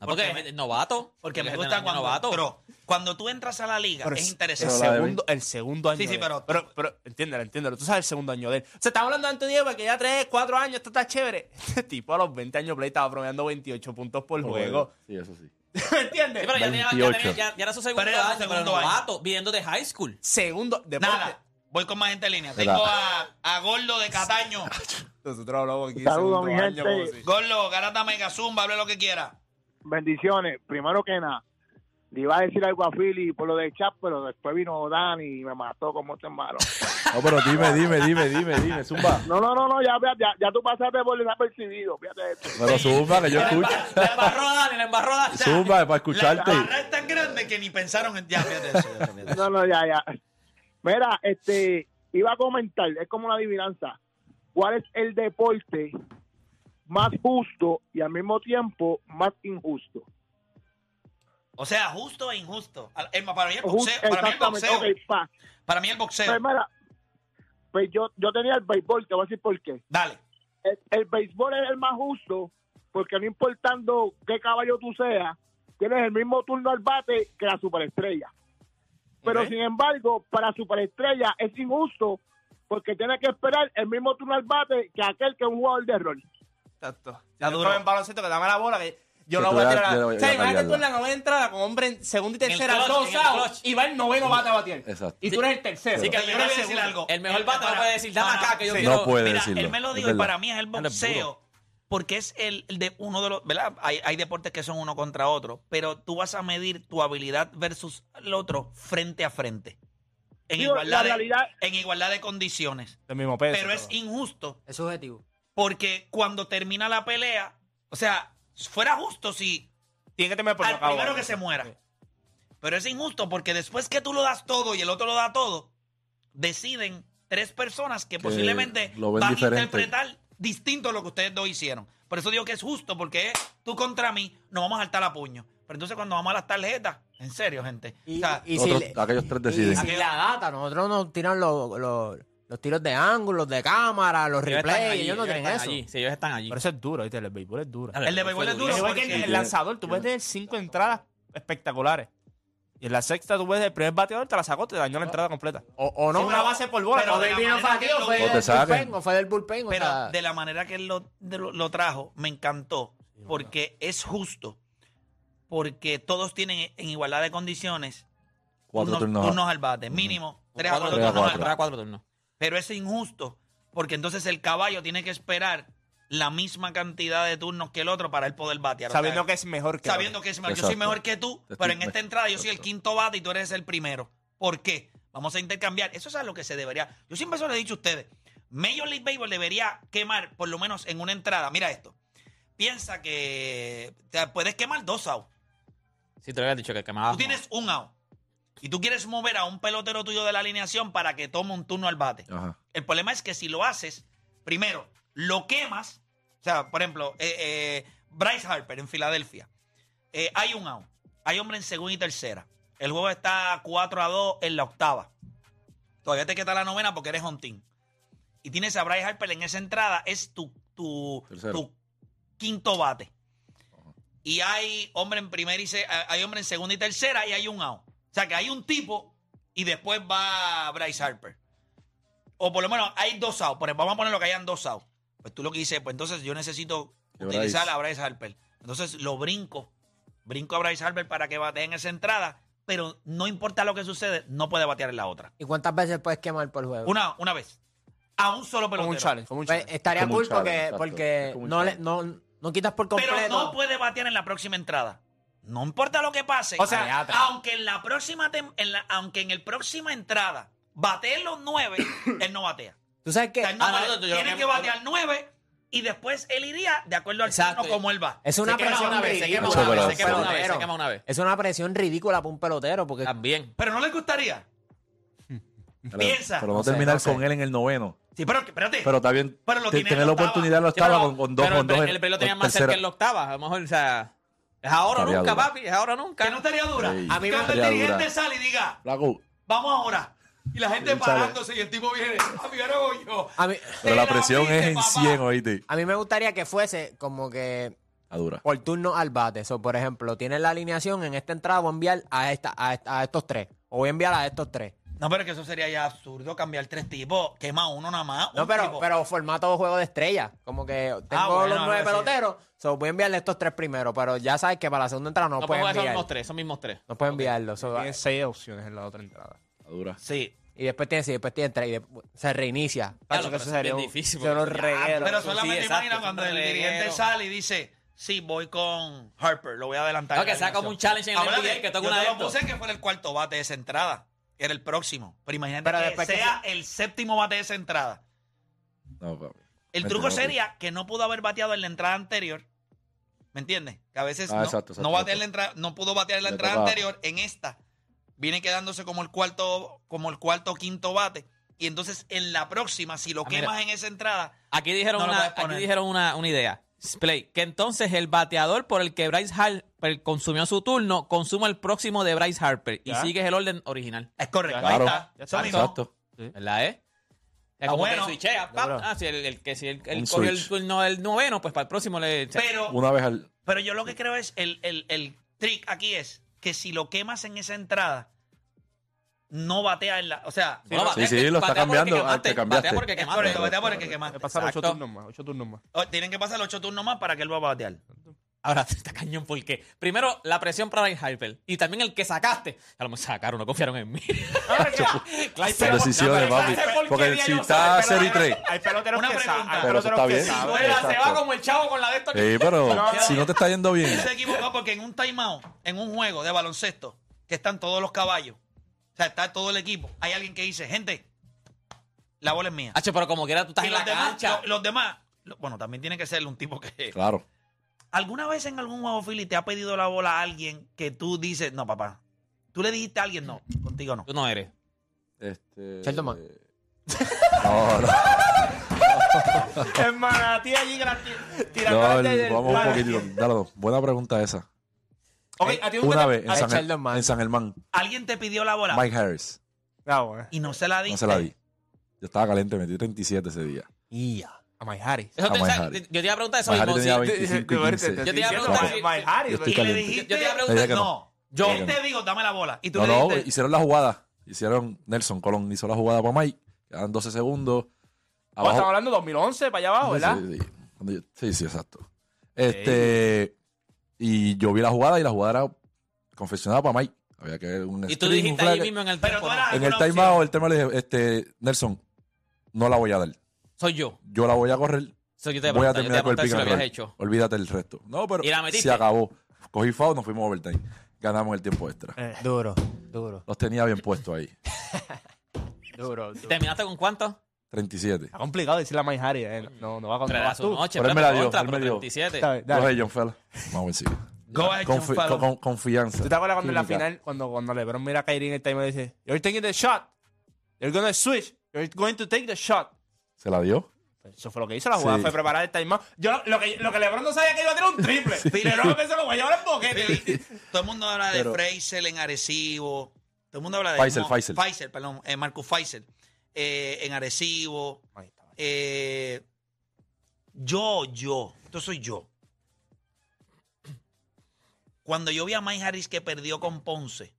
[SPEAKER 3] porque
[SPEAKER 2] Porque-
[SPEAKER 3] es novato.
[SPEAKER 2] Porque me
[SPEAKER 3] Porque es
[SPEAKER 2] gusta
[SPEAKER 3] del año
[SPEAKER 2] cuando,
[SPEAKER 3] novato.
[SPEAKER 2] pero cuando tú entras a la liga
[SPEAKER 6] Pero
[SPEAKER 2] es
[SPEAKER 6] es-
[SPEAKER 2] interesante.
[SPEAKER 8] Pero
[SPEAKER 6] El
[SPEAKER 8] la debí.
[SPEAKER 6] segundo, el segundo año.
[SPEAKER 2] Sí, sí,
[SPEAKER 6] de él.
[SPEAKER 2] pero-
[SPEAKER 6] pero. pero entiéndelo, entiéndelo. Tú sabes el segundo año de él. Se está hablando de Antonio Edwards, que ya 3, 4 años, esto está chévere. [laughs] Este tipo a los 20 años play estaba promediando 28 puntos por juego.
[SPEAKER 8] Sí, eso sí.
[SPEAKER 6] [laughs] ¿Me entiendes?
[SPEAKER 3] Sí, pero ya, tenía- ya
[SPEAKER 8] 28.
[SPEAKER 3] tenía- ya- ya era su segundo
[SPEAKER 2] Pero era su
[SPEAKER 3] año, pero
[SPEAKER 2] segundo año.
[SPEAKER 3] novato, viniendo de high school.
[SPEAKER 6] Segundo. Deporte.
[SPEAKER 2] Nada, voy con más gente en línea.
[SPEAKER 8] Mira.
[SPEAKER 2] Tengo a, a Gordo de Cataño.
[SPEAKER 6] Nosotros hablamos aquí.
[SPEAKER 9] Saludos, mi
[SPEAKER 6] segundo año,
[SPEAKER 9] gente.
[SPEAKER 6] como si-
[SPEAKER 2] Gordo, Garata Mega Zumba, hable lo que quiera.
[SPEAKER 9] Bendiciones. Primero que nada, le iba a decir algo a Philly por lo del chat, pero después vino Dani y me mató como este malo.
[SPEAKER 4] No, pero dime, dime, dime, dime, dime, Zumba.
[SPEAKER 9] No, no, no, no ya, ya, ya tú pasaste por el apercibido. Fíjate de esto.
[SPEAKER 4] Pero Zumba, que yo escucho.
[SPEAKER 3] La embarró Dani, la embarró Dani.
[SPEAKER 4] Zumba, para
[SPEAKER 2] La, la
[SPEAKER 4] escucharte.
[SPEAKER 2] barra es tan grande que ni pensaron en. Ya, fíjate eso, ya, fíjate eso.
[SPEAKER 9] No, no, ya, ya. Mira, este, iba a comentar, es como una adivinanza. ¿Cuál es el deporte más justo y al mismo tiempo más injusto?
[SPEAKER 2] O sea, justo e injusto. Al- el- Para mí el
[SPEAKER 9] Jus-
[SPEAKER 2] boxeo. Para mí el boxeo.
[SPEAKER 9] ok, pa.
[SPEAKER 2] Para mí el boxeo.
[SPEAKER 9] Pues mira, pues yo, yo tenía el béisbol, te voy a decir por qué.
[SPEAKER 2] Dale.
[SPEAKER 9] el, el béisbol es el más justo porque no importando qué caballo tú seas, tienes el mismo turno al bate que la superestrella. Pero
[SPEAKER 6] Ok.
[SPEAKER 9] sin embargo, para superestrella es injusto porque tienes que esperar el mismo turno al bate que aquel que es un jugador de rol.
[SPEAKER 6] Exacto.
[SPEAKER 2] Ya
[SPEAKER 6] Ya
[SPEAKER 2] duro.
[SPEAKER 6] duro. en baloncesto que dame la bola que yo
[SPEAKER 8] Que
[SPEAKER 6] no
[SPEAKER 8] tú
[SPEAKER 6] voy a
[SPEAKER 8] la-
[SPEAKER 6] tirar.
[SPEAKER 8] yo
[SPEAKER 6] la-
[SPEAKER 8] la
[SPEAKER 6] O
[SPEAKER 8] voy- yo
[SPEAKER 6] sea,
[SPEAKER 8] la
[SPEAKER 6] imagínate tú
[SPEAKER 8] cambiarla.
[SPEAKER 6] en la novena entrada con hombre en segunda y tercera,
[SPEAKER 3] clutch,
[SPEAKER 6] dos
[SPEAKER 3] en el
[SPEAKER 6] outs,
[SPEAKER 3] clutch.
[SPEAKER 6] y va el noveno bate a batear.
[SPEAKER 8] Exacto.
[SPEAKER 6] Y tú eres el tercero.
[SPEAKER 8] Así
[SPEAKER 2] que yo
[SPEAKER 6] Y tú
[SPEAKER 2] le
[SPEAKER 6] eres
[SPEAKER 2] voy a
[SPEAKER 6] el
[SPEAKER 2] decir
[SPEAKER 6] segundo.
[SPEAKER 2] algo.
[SPEAKER 3] El mejor bate no puede decir, dame
[SPEAKER 2] No, no,
[SPEAKER 3] acá que yo
[SPEAKER 6] sí.
[SPEAKER 3] quiero.
[SPEAKER 4] No puede
[SPEAKER 2] Mira,
[SPEAKER 4] decirlo.
[SPEAKER 2] él me lo
[SPEAKER 4] es
[SPEAKER 2] dijo y
[SPEAKER 4] verdad.
[SPEAKER 2] para mí es el
[SPEAKER 3] Él es
[SPEAKER 2] boxeo. Porque es el el de uno de los, ¿verdad? Hay, hay deportes que son uno contra otro, pero tú vas a medir tu habilidad versus el otro frente a frente. En,
[SPEAKER 9] Digo,
[SPEAKER 2] igualdad,
[SPEAKER 9] la
[SPEAKER 2] de,
[SPEAKER 9] realidad-
[SPEAKER 2] en igualdad de condiciones.
[SPEAKER 6] Del mismo peso.
[SPEAKER 2] Pero es
[SPEAKER 6] todo.
[SPEAKER 2] injusto
[SPEAKER 5] Es subjetivo.
[SPEAKER 2] porque cuando termina la pelea, o sea, fuera justo si
[SPEAKER 6] Tiene que temer por
[SPEAKER 2] al
[SPEAKER 6] nocaut,
[SPEAKER 2] primero
[SPEAKER 6] ¿no?
[SPEAKER 2] que se muera. Pero es injusto porque después que tú lo das todo y el otro lo da todo, deciden tres personas que, posiblemente
[SPEAKER 8] lo ven
[SPEAKER 2] van
[SPEAKER 8] diferente.
[SPEAKER 2] a interpretar distinto lo que ustedes dos hicieron. Por eso digo que es justo porque es tú contra mí, nos vamos a saltar a puño. Pero entonces cuando vamos a las tarjetas, en serio, gente. o
[SPEAKER 5] Y,
[SPEAKER 2] sea,
[SPEAKER 5] y
[SPEAKER 8] Otros-
[SPEAKER 5] le-
[SPEAKER 8] aquellos tres
[SPEAKER 5] y-
[SPEAKER 8] deciden.
[SPEAKER 5] Y, si la data, nosotros nos tiran los, los, los tiros de ángulos, de cámara, los
[SPEAKER 3] Ellos están
[SPEAKER 5] replays,
[SPEAKER 3] allí,
[SPEAKER 5] ellos no tienen
[SPEAKER 3] están
[SPEAKER 5] eso.
[SPEAKER 3] allí. Sí, ellos están allí.
[SPEAKER 6] Pero eso es duro, ¿viste? El béisbol es duro.
[SPEAKER 2] el de béisbol es duro.
[SPEAKER 6] Igual que
[SPEAKER 2] porque-
[SPEAKER 6] el lanzador, tú puedes tener cinco entradas espectaculares. Y en la sexta, tú ves el primer bateador, te la sacó, te dañó la entrada completa.
[SPEAKER 5] O, o no.
[SPEAKER 6] Sin una base por bola,
[SPEAKER 2] pero
[SPEAKER 5] o
[SPEAKER 6] cabrón.
[SPEAKER 5] del
[SPEAKER 2] de la
[SPEAKER 5] vino
[SPEAKER 2] manera
[SPEAKER 5] Fatih,
[SPEAKER 2] que
[SPEAKER 5] o
[SPEAKER 2] lo-
[SPEAKER 5] fue
[SPEAKER 8] O te
[SPEAKER 5] del
[SPEAKER 8] saquen.
[SPEAKER 5] bullpen, o fue del bullpen. o
[SPEAKER 2] Pero
[SPEAKER 5] sea,
[SPEAKER 2] de la manera que él lo, de lo- lo trajo, me encantó. Porque es justo. Porque todos tienen en igualdad de condiciones
[SPEAKER 8] Cuatro
[SPEAKER 2] turnos,
[SPEAKER 8] turnos.
[SPEAKER 2] turnos al bate. Mínimo tres a
[SPEAKER 3] Cuatro
[SPEAKER 2] cuatro
[SPEAKER 8] tres a
[SPEAKER 2] turnos al
[SPEAKER 8] cuatro.
[SPEAKER 3] Para
[SPEAKER 2] bate.
[SPEAKER 3] cuatro turnos.
[SPEAKER 2] Pero es injusto. Porque entonces el caballo tiene que esperar la misma cantidad de turnos que el otro para él poder batear. O sea,
[SPEAKER 6] Sabiendo que es mejor que
[SPEAKER 2] sabiendo que es mejor. Yo soy
[SPEAKER 8] Exacto.
[SPEAKER 2] mejor que tú,
[SPEAKER 8] Te
[SPEAKER 2] pero
[SPEAKER 8] estoy-
[SPEAKER 2] en esta entrada yo soy el
[SPEAKER 8] Exacto.
[SPEAKER 2] quinto bate y tú eres el primero. ¿Por qué? Vamos a intercambiar. Eso es a lo que se debería. Yo siempre se lo he dicho a ustedes. Major League Baseball debería quemar, por lo menos en una entrada. Mira esto. Piensa que te puedes quemar dos outs.
[SPEAKER 3] Sí, te lo había dicho que quemaba.
[SPEAKER 2] Tú tienes un out. Y tú quieres mover a un pelotero tuyo de la alineación para que tome un turno al bate.
[SPEAKER 8] Ajá.
[SPEAKER 2] El problema es que si lo haces, primero, lo quemas. O sea, por ejemplo, eh, eh, Bryce Harper en Filadelfia. Eh, hay un out. Hay hombre en segunda y tercera. El juego está 4 a 2 en la octava. Todavía te queda la novena porque eres on team. Y tienes a Bryce Harper en esa entrada. Es tu, tu,
[SPEAKER 8] Tercero.
[SPEAKER 2] tu quinto bate. Y hay hombre en primera y se- eh, hay hombre en segunda y tercera y hay un out. O sea que hay un tipo y después va Bryce Harper o por lo menos hay dos outs. Por ejemplo, vamos a poner lo que hayan dos outs. Pues tú lo que dices, pues entonces yo necesito
[SPEAKER 8] Que
[SPEAKER 2] utilizar
[SPEAKER 8] Bryce.
[SPEAKER 2] a Bryce Harper. Entonces lo brinco. Brinco a Bryce Harper para que batee en esa entrada, pero no importa lo que sucede, no puede batear en la otra.
[SPEAKER 5] ¿Y cuántas veces puedes quemar por juego?
[SPEAKER 2] Una, una vez. A un solo
[SPEAKER 6] Como
[SPEAKER 2] pelotero.
[SPEAKER 6] un challenge, como un
[SPEAKER 5] Pues,
[SPEAKER 6] challenge.
[SPEAKER 5] estaría
[SPEAKER 8] Como un
[SPEAKER 5] cool
[SPEAKER 8] challenge,
[SPEAKER 5] porque,
[SPEAKER 8] exacto.
[SPEAKER 5] porque
[SPEAKER 8] Es como un
[SPEAKER 5] no, le, no, no quitas por completo.
[SPEAKER 2] pero no puede batear en la próxima entrada. No importa lo que pase.
[SPEAKER 6] O sea,
[SPEAKER 2] aunque en la próxima tem- en la- aunque en el próxima entrada batee en los nueve, [coughs] él no batea.
[SPEAKER 5] Tú sabes
[SPEAKER 2] O
[SPEAKER 5] que
[SPEAKER 2] sea, él no
[SPEAKER 3] Ah, no,
[SPEAKER 2] puede-
[SPEAKER 3] no, yo-
[SPEAKER 2] tiene
[SPEAKER 3] yo-
[SPEAKER 2] que batear nueve y después él iría de acuerdo al
[SPEAKER 3] Exacto.
[SPEAKER 2] turno como él va.
[SPEAKER 5] es
[SPEAKER 3] Se
[SPEAKER 5] una
[SPEAKER 3] quema
[SPEAKER 5] presión
[SPEAKER 3] una vez, se
[SPEAKER 5] ridícula.
[SPEAKER 3] quema
[SPEAKER 8] una vez, se quema
[SPEAKER 3] una vez, se
[SPEAKER 5] Pelotero.
[SPEAKER 3] quema una vez.
[SPEAKER 5] Es una presión ridícula para un pelotero porque
[SPEAKER 2] Ah.
[SPEAKER 3] También.
[SPEAKER 2] Pero no le gustaría.
[SPEAKER 8] Pero-
[SPEAKER 2] Piensa.
[SPEAKER 8] Pero no
[SPEAKER 5] No sé,
[SPEAKER 8] terminar
[SPEAKER 5] no sé.
[SPEAKER 8] con él en el noveno.
[SPEAKER 2] Sí, pero espérate.
[SPEAKER 8] Pero está bien
[SPEAKER 2] Pero lo
[SPEAKER 8] te-
[SPEAKER 2] tiene
[SPEAKER 8] tener
[SPEAKER 2] en
[SPEAKER 8] la
[SPEAKER 2] la octava.
[SPEAKER 8] oportunidad en la
[SPEAKER 2] Sí, pero
[SPEAKER 8] octava con, con dos,
[SPEAKER 3] Pero
[SPEAKER 8] con
[SPEAKER 3] el,
[SPEAKER 8] dos.
[SPEAKER 3] el, pelo tenía
[SPEAKER 8] con
[SPEAKER 3] más cerca
[SPEAKER 8] tercera.
[SPEAKER 3] en la octava. A lo mejor, o sea. Es ahora o
[SPEAKER 8] Estaría
[SPEAKER 3] nunca,
[SPEAKER 8] dura.
[SPEAKER 3] papi. Es ahora o nunca.
[SPEAKER 2] que no estaría dura.
[SPEAKER 8] Sí.
[SPEAKER 5] A mí me
[SPEAKER 2] Cuando el
[SPEAKER 8] estaría
[SPEAKER 2] dirigente
[SPEAKER 8] dura.
[SPEAKER 2] sale y diga,
[SPEAKER 8] Flaco,
[SPEAKER 2] vamos ahora. Y la gente
[SPEAKER 8] Él sale.
[SPEAKER 2] parándose y el tipo viene, a mí ahora voy yo.
[SPEAKER 5] a mí,
[SPEAKER 2] Te
[SPEAKER 8] Pero la presión es
[SPEAKER 2] viste,
[SPEAKER 8] en
[SPEAKER 2] papá.
[SPEAKER 8] 100, oíste.
[SPEAKER 5] a mí me gustaría que fuese como que
[SPEAKER 8] A dura.
[SPEAKER 5] por turno al bate. So, por ejemplo, tienes la alineación, en esta entrada voy a enviar a, esta, a, esta- a estos tres. O voy a enviar a estos tres.
[SPEAKER 2] No, pero es que eso sería ya absurdo cambiar tres tipos. Quema uno nada más.
[SPEAKER 5] No,
[SPEAKER 2] un
[SPEAKER 5] pero,
[SPEAKER 2] tipo. Ah,
[SPEAKER 5] pero formato juego de estrella. Como que tengo
[SPEAKER 2] bueno,
[SPEAKER 5] los
[SPEAKER 2] ahora
[SPEAKER 5] nueve
[SPEAKER 2] sí.
[SPEAKER 5] peloteros, so, voy a enviarle estos tres primero. Pero ya sabes que para la segunda entrada no,
[SPEAKER 3] No,
[SPEAKER 5] puedes
[SPEAKER 3] pues esos
[SPEAKER 5] enviar.
[SPEAKER 3] mismos tres, esos mismos tres.
[SPEAKER 5] No puedes enviarlo. so,
[SPEAKER 6] Tienen seis opciones en la otra entrada.
[SPEAKER 8] A dura.
[SPEAKER 2] Sí.
[SPEAKER 5] y después tienes, y después tienes tres. Y después se reinicia.
[SPEAKER 3] Claro,
[SPEAKER 6] Tacho, que
[SPEAKER 3] pero
[SPEAKER 6] eso
[SPEAKER 3] eso es bien
[SPEAKER 6] sería un-
[SPEAKER 3] difícil.
[SPEAKER 6] son los
[SPEAKER 3] porque-
[SPEAKER 6] regueros.
[SPEAKER 2] Pero
[SPEAKER 3] Sí,
[SPEAKER 2] solamente
[SPEAKER 3] exacto,
[SPEAKER 2] imagina
[SPEAKER 3] son
[SPEAKER 2] cuando el
[SPEAKER 3] regueros.
[SPEAKER 2] dirigente sale y dice, sí, voy con Harper, lo voy a adelantar.
[SPEAKER 3] No,
[SPEAKER 2] en
[SPEAKER 3] que
[SPEAKER 2] la
[SPEAKER 3] sea como
[SPEAKER 2] alineación".
[SPEAKER 3] un challenge en el
[SPEAKER 2] Ahora,
[SPEAKER 3] NBA, que toque
[SPEAKER 2] yo
[SPEAKER 3] una
[SPEAKER 2] te
[SPEAKER 3] de
[SPEAKER 2] lo
[SPEAKER 3] estos.
[SPEAKER 2] puse que fuera el cuarto bate de esa entrada. que Era el próximo. Pero imagínate
[SPEAKER 5] Pero
[SPEAKER 2] que
[SPEAKER 5] después que
[SPEAKER 2] sea el séptimo bate de esa entrada.
[SPEAKER 8] No, papi.
[SPEAKER 2] El
[SPEAKER 8] Vente,
[SPEAKER 2] truco
[SPEAKER 8] papi.
[SPEAKER 2] sería que no pudo haber bateado en la entrada anterior. ¿Me entiendes? Que a veces
[SPEAKER 8] Ah,
[SPEAKER 2] no,
[SPEAKER 8] exacto, exacto,
[SPEAKER 2] no batea en
[SPEAKER 8] exacto.
[SPEAKER 2] la entrada, no pudo batear en la
[SPEAKER 8] Le
[SPEAKER 2] entrada
[SPEAKER 8] tocaba.
[SPEAKER 2] anterior. En esta viene quedándose como el cuarto, como el cuarto o quinto bate. Y entonces en la próxima, si lo
[SPEAKER 3] Ah, mira.
[SPEAKER 2] quemas en esa entrada,
[SPEAKER 3] Aquí dijeron,
[SPEAKER 2] No lo
[SPEAKER 3] una,
[SPEAKER 2] puedes
[SPEAKER 3] aquí
[SPEAKER 2] poner.
[SPEAKER 3] dijeron una, una idea. Play. Que entonces el bateador por el que Bryce Harper consumió su turno consuma el próximo de Bryce Harper y
[SPEAKER 6] Ya.
[SPEAKER 3] sigues el orden original.
[SPEAKER 2] es correcto.
[SPEAKER 8] Claro.
[SPEAKER 2] Ahí está. Eso
[SPEAKER 6] Ya está.
[SPEAKER 2] mismo.
[SPEAKER 8] Exacto.
[SPEAKER 3] ¿Verdad, eh? Es
[SPEAKER 2] Ah,
[SPEAKER 3] como
[SPEAKER 2] bueno.
[SPEAKER 3] que switchea, pap.
[SPEAKER 5] Duro.
[SPEAKER 3] Ah, si el, el que si el, el
[SPEAKER 8] Un
[SPEAKER 3] cogió el
[SPEAKER 8] switch.
[SPEAKER 3] turno del noveno, pues para el próximo le.
[SPEAKER 2] Pero
[SPEAKER 8] Una vez al.
[SPEAKER 2] Pero yo lo que creo es, el, el- el trick aquí es que si lo quemas en esa entrada, no batea en la... O sea,
[SPEAKER 3] No, batea-
[SPEAKER 8] Sí, sí, lo está
[SPEAKER 3] batea por el que
[SPEAKER 8] cambiando. Ah,
[SPEAKER 3] quemaste,
[SPEAKER 8] te
[SPEAKER 3] Batea
[SPEAKER 8] cambiaste.
[SPEAKER 3] porque
[SPEAKER 2] es
[SPEAKER 3] quemaste.
[SPEAKER 2] correcto, batea por el que quemaste.
[SPEAKER 6] Le pasan ocho
[SPEAKER 3] Exacto.
[SPEAKER 6] turnos más, ocho turnos más.
[SPEAKER 2] O- tienen que pasar los ocho turnos más para que él va a batear.
[SPEAKER 3] Ahora [laughs] está cañón porque primero la presión para Bryce Harper y también el que sacaste. A lo mejor sacaron, no confiaron en mí.
[SPEAKER 8] Pero decisiones, papi. Porque si está 0 y 3.
[SPEAKER 6] Hay peloteros
[SPEAKER 2] Una
[SPEAKER 6] que saben.
[SPEAKER 2] pregunta.
[SPEAKER 6] Hay
[SPEAKER 8] Pero eso está
[SPEAKER 6] peloteros
[SPEAKER 3] [laughs]
[SPEAKER 6] que
[SPEAKER 8] bien.
[SPEAKER 6] saben.
[SPEAKER 3] Mira, se va
[SPEAKER 8] Exacto. Eh.
[SPEAKER 3] como el chavo con la de esto.
[SPEAKER 8] Sí, pero si no te está yendo bien.
[SPEAKER 2] Él se equivocó porque en un timeout, en un juego de baloncesto, que están todos los caballos, o sea, está todo el equipo, hay alguien que dice, gente, la bola es mía.
[SPEAKER 3] Hacho, pero como quiera tú estás
[SPEAKER 2] Y
[SPEAKER 3] en
[SPEAKER 2] los
[SPEAKER 3] la
[SPEAKER 2] demás,
[SPEAKER 3] cancha.
[SPEAKER 2] lo- los demás, lo- bueno, también tiene que ser un tipo que...
[SPEAKER 8] Claro.
[SPEAKER 2] ¿Alguna vez en algún juego, Philly, te ha pedido la bola a alguien que tú dices, no, papá, tú le dijiste a alguien, no, contigo no?
[SPEAKER 3] Tú no eres.
[SPEAKER 8] Este.
[SPEAKER 5] Sheldon Mann.
[SPEAKER 8] No, no.
[SPEAKER 6] En Manatí allí gratis- tirando
[SPEAKER 8] No,
[SPEAKER 6] desde
[SPEAKER 8] el-
[SPEAKER 6] el
[SPEAKER 8] vamos un
[SPEAKER 6] parque.
[SPEAKER 8] poquito. Dalo, buena pregunta esa.
[SPEAKER 6] Ok, a ti nunca
[SPEAKER 8] Una
[SPEAKER 6] te-
[SPEAKER 8] vez en
[SPEAKER 5] a
[SPEAKER 8] San, E-
[SPEAKER 5] Sheldon Mann.
[SPEAKER 8] en San Germán,
[SPEAKER 2] Alguien te pidió la bola
[SPEAKER 8] Mike Harris.
[SPEAKER 6] Ah, bueno.
[SPEAKER 2] y no se la diste.
[SPEAKER 8] No se la di. Yo estaba caliente, metí 37 ese día.
[SPEAKER 6] A My
[SPEAKER 8] [laughs]
[SPEAKER 6] Harris.
[SPEAKER 3] Eso te-
[SPEAKER 8] Ah, Mike
[SPEAKER 3] sa-
[SPEAKER 8] Harry.
[SPEAKER 3] yo te iba a preguntar eso
[SPEAKER 8] Mike
[SPEAKER 3] mismo.
[SPEAKER 8] Harris
[SPEAKER 3] si-
[SPEAKER 8] tenía 25 y 15.
[SPEAKER 3] te iba a preguntar si-
[SPEAKER 6] My
[SPEAKER 8] Yo
[SPEAKER 6] Harris.
[SPEAKER 8] estoy
[SPEAKER 2] Y le
[SPEAKER 8] caliente.
[SPEAKER 2] dijiste,
[SPEAKER 3] Yo te iba
[SPEAKER 2] no.
[SPEAKER 3] a preguntar-
[SPEAKER 8] Ella que no.
[SPEAKER 2] Yo
[SPEAKER 8] Ella
[SPEAKER 2] él
[SPEAKER 8] que
[SPEAKER 2] te digo, dame la bola. Y tú
[SPEAKER 8] No,
[SPEAKER 2] le
[SPEAKER 8] no,
[SPEAKER 2] dijiste,
[SPEAKER 8] hicieron la jugada. Hicieron, Nelson Colón hizo la jugada para Mike. Quedan 12 segundos.
[SPEAKER 6] Oh, estamos hablando de 2011 para allá abajo, ¿verdad?
[SPEAKER 8] Sí, sí, sí. Cuando yo- sí, sí, exacto. Este. Y yo vi la jugada y la jugada era confeccionada para Mike. Había que un
[SPEAKER 3] Y tú
[SPEAKER 8] screen, un
[SPEAKER 3] dijiste ahí
[SPEAKER 8] flag.
[SPEAKER 3] mismo en el
[SPEAKER 2] Pero tú
[SPEAKER 3] teléfono,
[SPEAKER 2] eras-
[SPEAKER 8] En el
[SPEAKER 2] Alguna
[SPEAKER 8] timeout, el tema le dije, este, Nelson, no la voy a dar.
[SPEAKER 3] Soy yo.
[SPEAKER 8] Yo la voy a correr.
[SPEAKER 3] Soy yo te
[SPEAKER 8] voy
[SPEAKER 3] preguntar, yo
[SPEAKER 8] a
[SPEAKER 3] te
[SPEAKER 8] terminar con el
[SPEAKER 3] preguntar
[SPEAKER 8] pick
[SPEAKER 3] si lo
[SPEAKER 8] and
[SPEAKER 3] habías
[SPEAKER 8] roll.
[SPEAKER 3] hecho.
[SPEAKER 8] Olvídate el resto. No, pero
[SPEAKER 3] ¿Y la metiste?
[SPEAKER 8] se acabó. Cogí foul, nos fuimos a overtime. Ganamos el tiempo extra.
[SPEAKER 6] Eh.
[SPEAKER 5] Duro, duro,
[SPEAKER 8] Los tenía bien puestos ahí.
[SPEAKER 5] duro. duro.
[SPEAKER 3] ¿Terminaste con cuánto?
[SPEAKER 8] 37.
[SPEAKER 6] Está complicado decirle a My Harris. eh. No, no va a
[SPEAKER 3] Pero
[SPEAKER 6] contar.
[SPEAKER 3] era su
[SPEAKER 6] tú.
[SPEAKER 3] noche,
[SPEAKER 8] Pero
[SPEAKER 3] pero
[SPEAKER 8] él me la
[SPEAKER 3] por
[SPEAKER 8] dio,
[SPEAKER 3] otra,
[SPEAKER 8] él me
[SPEAKER 3] por
[SPEAKER 8] dio.
[SPEAKER 3] 37.
[SPEAKER 6] Dale, dale.
[SPEAKER 8] Coge John Fella. Vamos a ver si.
[SPEAKER 2] go ahead, John
[SPEAKER 3] [laughs]
[SPEAKER 8] Confi-
[SPEAKER 2] Fallon.
[SPEAKER 8] con- confianza.
[SPEAKER 6] ¿Tú te acuerdas cuando en la
[SPEAKER 8] Química.
[SPEAKER 6] final, cuando, cuando LeBron mira a Kyrie en el timer y dice, You're taking the shot. You're gonna switch. You're going to take the shot.
[SPEAKER 8] ¿Se la dio?
[SPEAKER 6] Pues, Eso fue lo que hizo la jugada,
[SPEAKER 8] Sí.
[SPEAKER 6] fue preparar el timeout. Yo, lo, que, lo que LeBron no sabía que iba a tirar un triple. LeBron pensó que voy a llevar el boquete.
[SPEAKER 8] [laughs]
[SPEAKER 2] Todo el mundo habla de
[SPEAKER 8] Pero-
[SPEAKER 2] Freisel en Arecibo. Todo el mundo habla de...
[SPEAKER 8] Faisel, Faisel.
[SPEAKER 2] perdón, eh, Marcus Faisel. eh, en Arecibo. Eh, yo, yo, esto soy yo. Cuando yo vi a Mike Harris que perdió con Ponce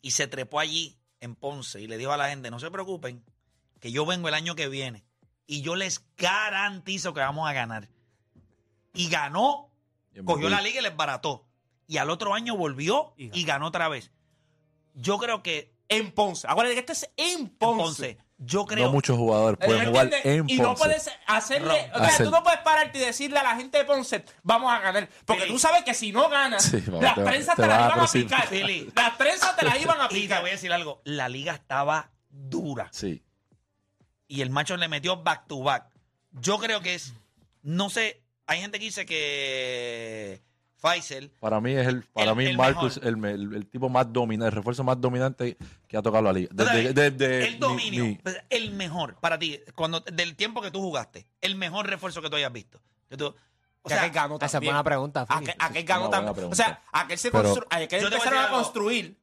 [SPEAKER 2] y se trepó allí en Ponce y le dijo a la gente, no se preocupen, que yo vengo el año que viene y yo les garantizo que vamos a ganar. Y ganó, cogió la liga y les barató. Y al otro año volvió
[SPEAKER 6] Y ganó.
[SPEAKER 2] y ganó otra vez. Yo creo que
[SPEAKER 6] En Ponce. Acuérdate que esto es en Ponce.
[SPEAKER 2] Ponce, yo creo
[SPEAKER 8] No muchos jugadores
[SPEAKER 6] ¿Tú
[SPEAKER 8] pueden jugar
[SPEAKER 6] entiendes?
[SPEAKER 8] en
[SPEAKER 6] y no
[SPEAKER 8] Ponce.
[SPEAKER 6] puedes hacerle, o sea,
[SPEAKER 8] Hacer.
[SPEAKER 6] tú no puedes pararte y decirle a la gente de Ponce, vamos a ganar, porque
[SPEAKER 2] Fili.
[SPEAKER 6] tú sabes que si no ganas,
[SPEAKER 8] Sí, vamos,
[SPEAKER 6] las
[SPEAKER 8] te va-
[SPEAKER 6] trenzas te,
[SPEAKER 8] te
[SPEAKER 6] las
[SPEAKER 8] vas a
[SPEAKER 6] iban a,
[SPEAKER 8] recibir.
[SPEAKER 6] picar.
[SPEAKER 2] Fili.
[SPEAKER 6] Las trenzas te las iban
[SPEAKER 2] [laughs]
[SPEAKER 6] a
[SPEAKER 2] Y te
[SPEAKER 6] picar.
[SPEAKER 2] voy a decir algo. La liga estaba dura.
[SPEAKER 8] Sí.
[SPEAKER 2] Y el macho le metió back to back. Yo creo que es. No sé. Hay gente que dice que. Faisal.
[SPEAKER 8] Para mí es el, para
[SPEAKER 2] El-
[SPEAKER 8] mí
[SPEAKER 2] el
[SPEAKER 8] Marcus
[SPEAKER 2] mejor.
[SPEAKER 8] el, me- el- el tipo más dominante, el refuerzo más dominante que ha tocado la liga. Desde,
[SPEAKER 2] Entonces,
[SPEAKER 8] desde-
[SPEAKER 2] el
[SPEAKER 8] mi-
[SPEAKER 2] dominio.
[SPEAKER 8] mi-
[SPEAKER 2] pues, El mejor para ti. cuando Del tiempo que tú jugaste. El mejor refuerzo que tú hayas visto. Que tú- o sea,
[SPEAKER 6] aquel ganó
[SPEAKER 5] Esa es
[SPEAKER 6] también.
[SPEAKER 5] buena pregunta, Fili.
[SPEAKER 6] Aquel, aquel ganó
[SPEAKER 8] Una buena
[SPEAKER 6] también. O
[SPEAKER 8] pregunta.
[SPEAKER 6] sea, aquel se
[SPEAKER 8] Pero-
[SPEAKER 6] constru- aquel
[SPEAKER 2] Yo te voy a
[SPEAKER 6] empezaron
[SPEAKER 2] decir
[SPEAKER 6] a
[SPEAKER 2] algo.
[SPEAKER 6] construir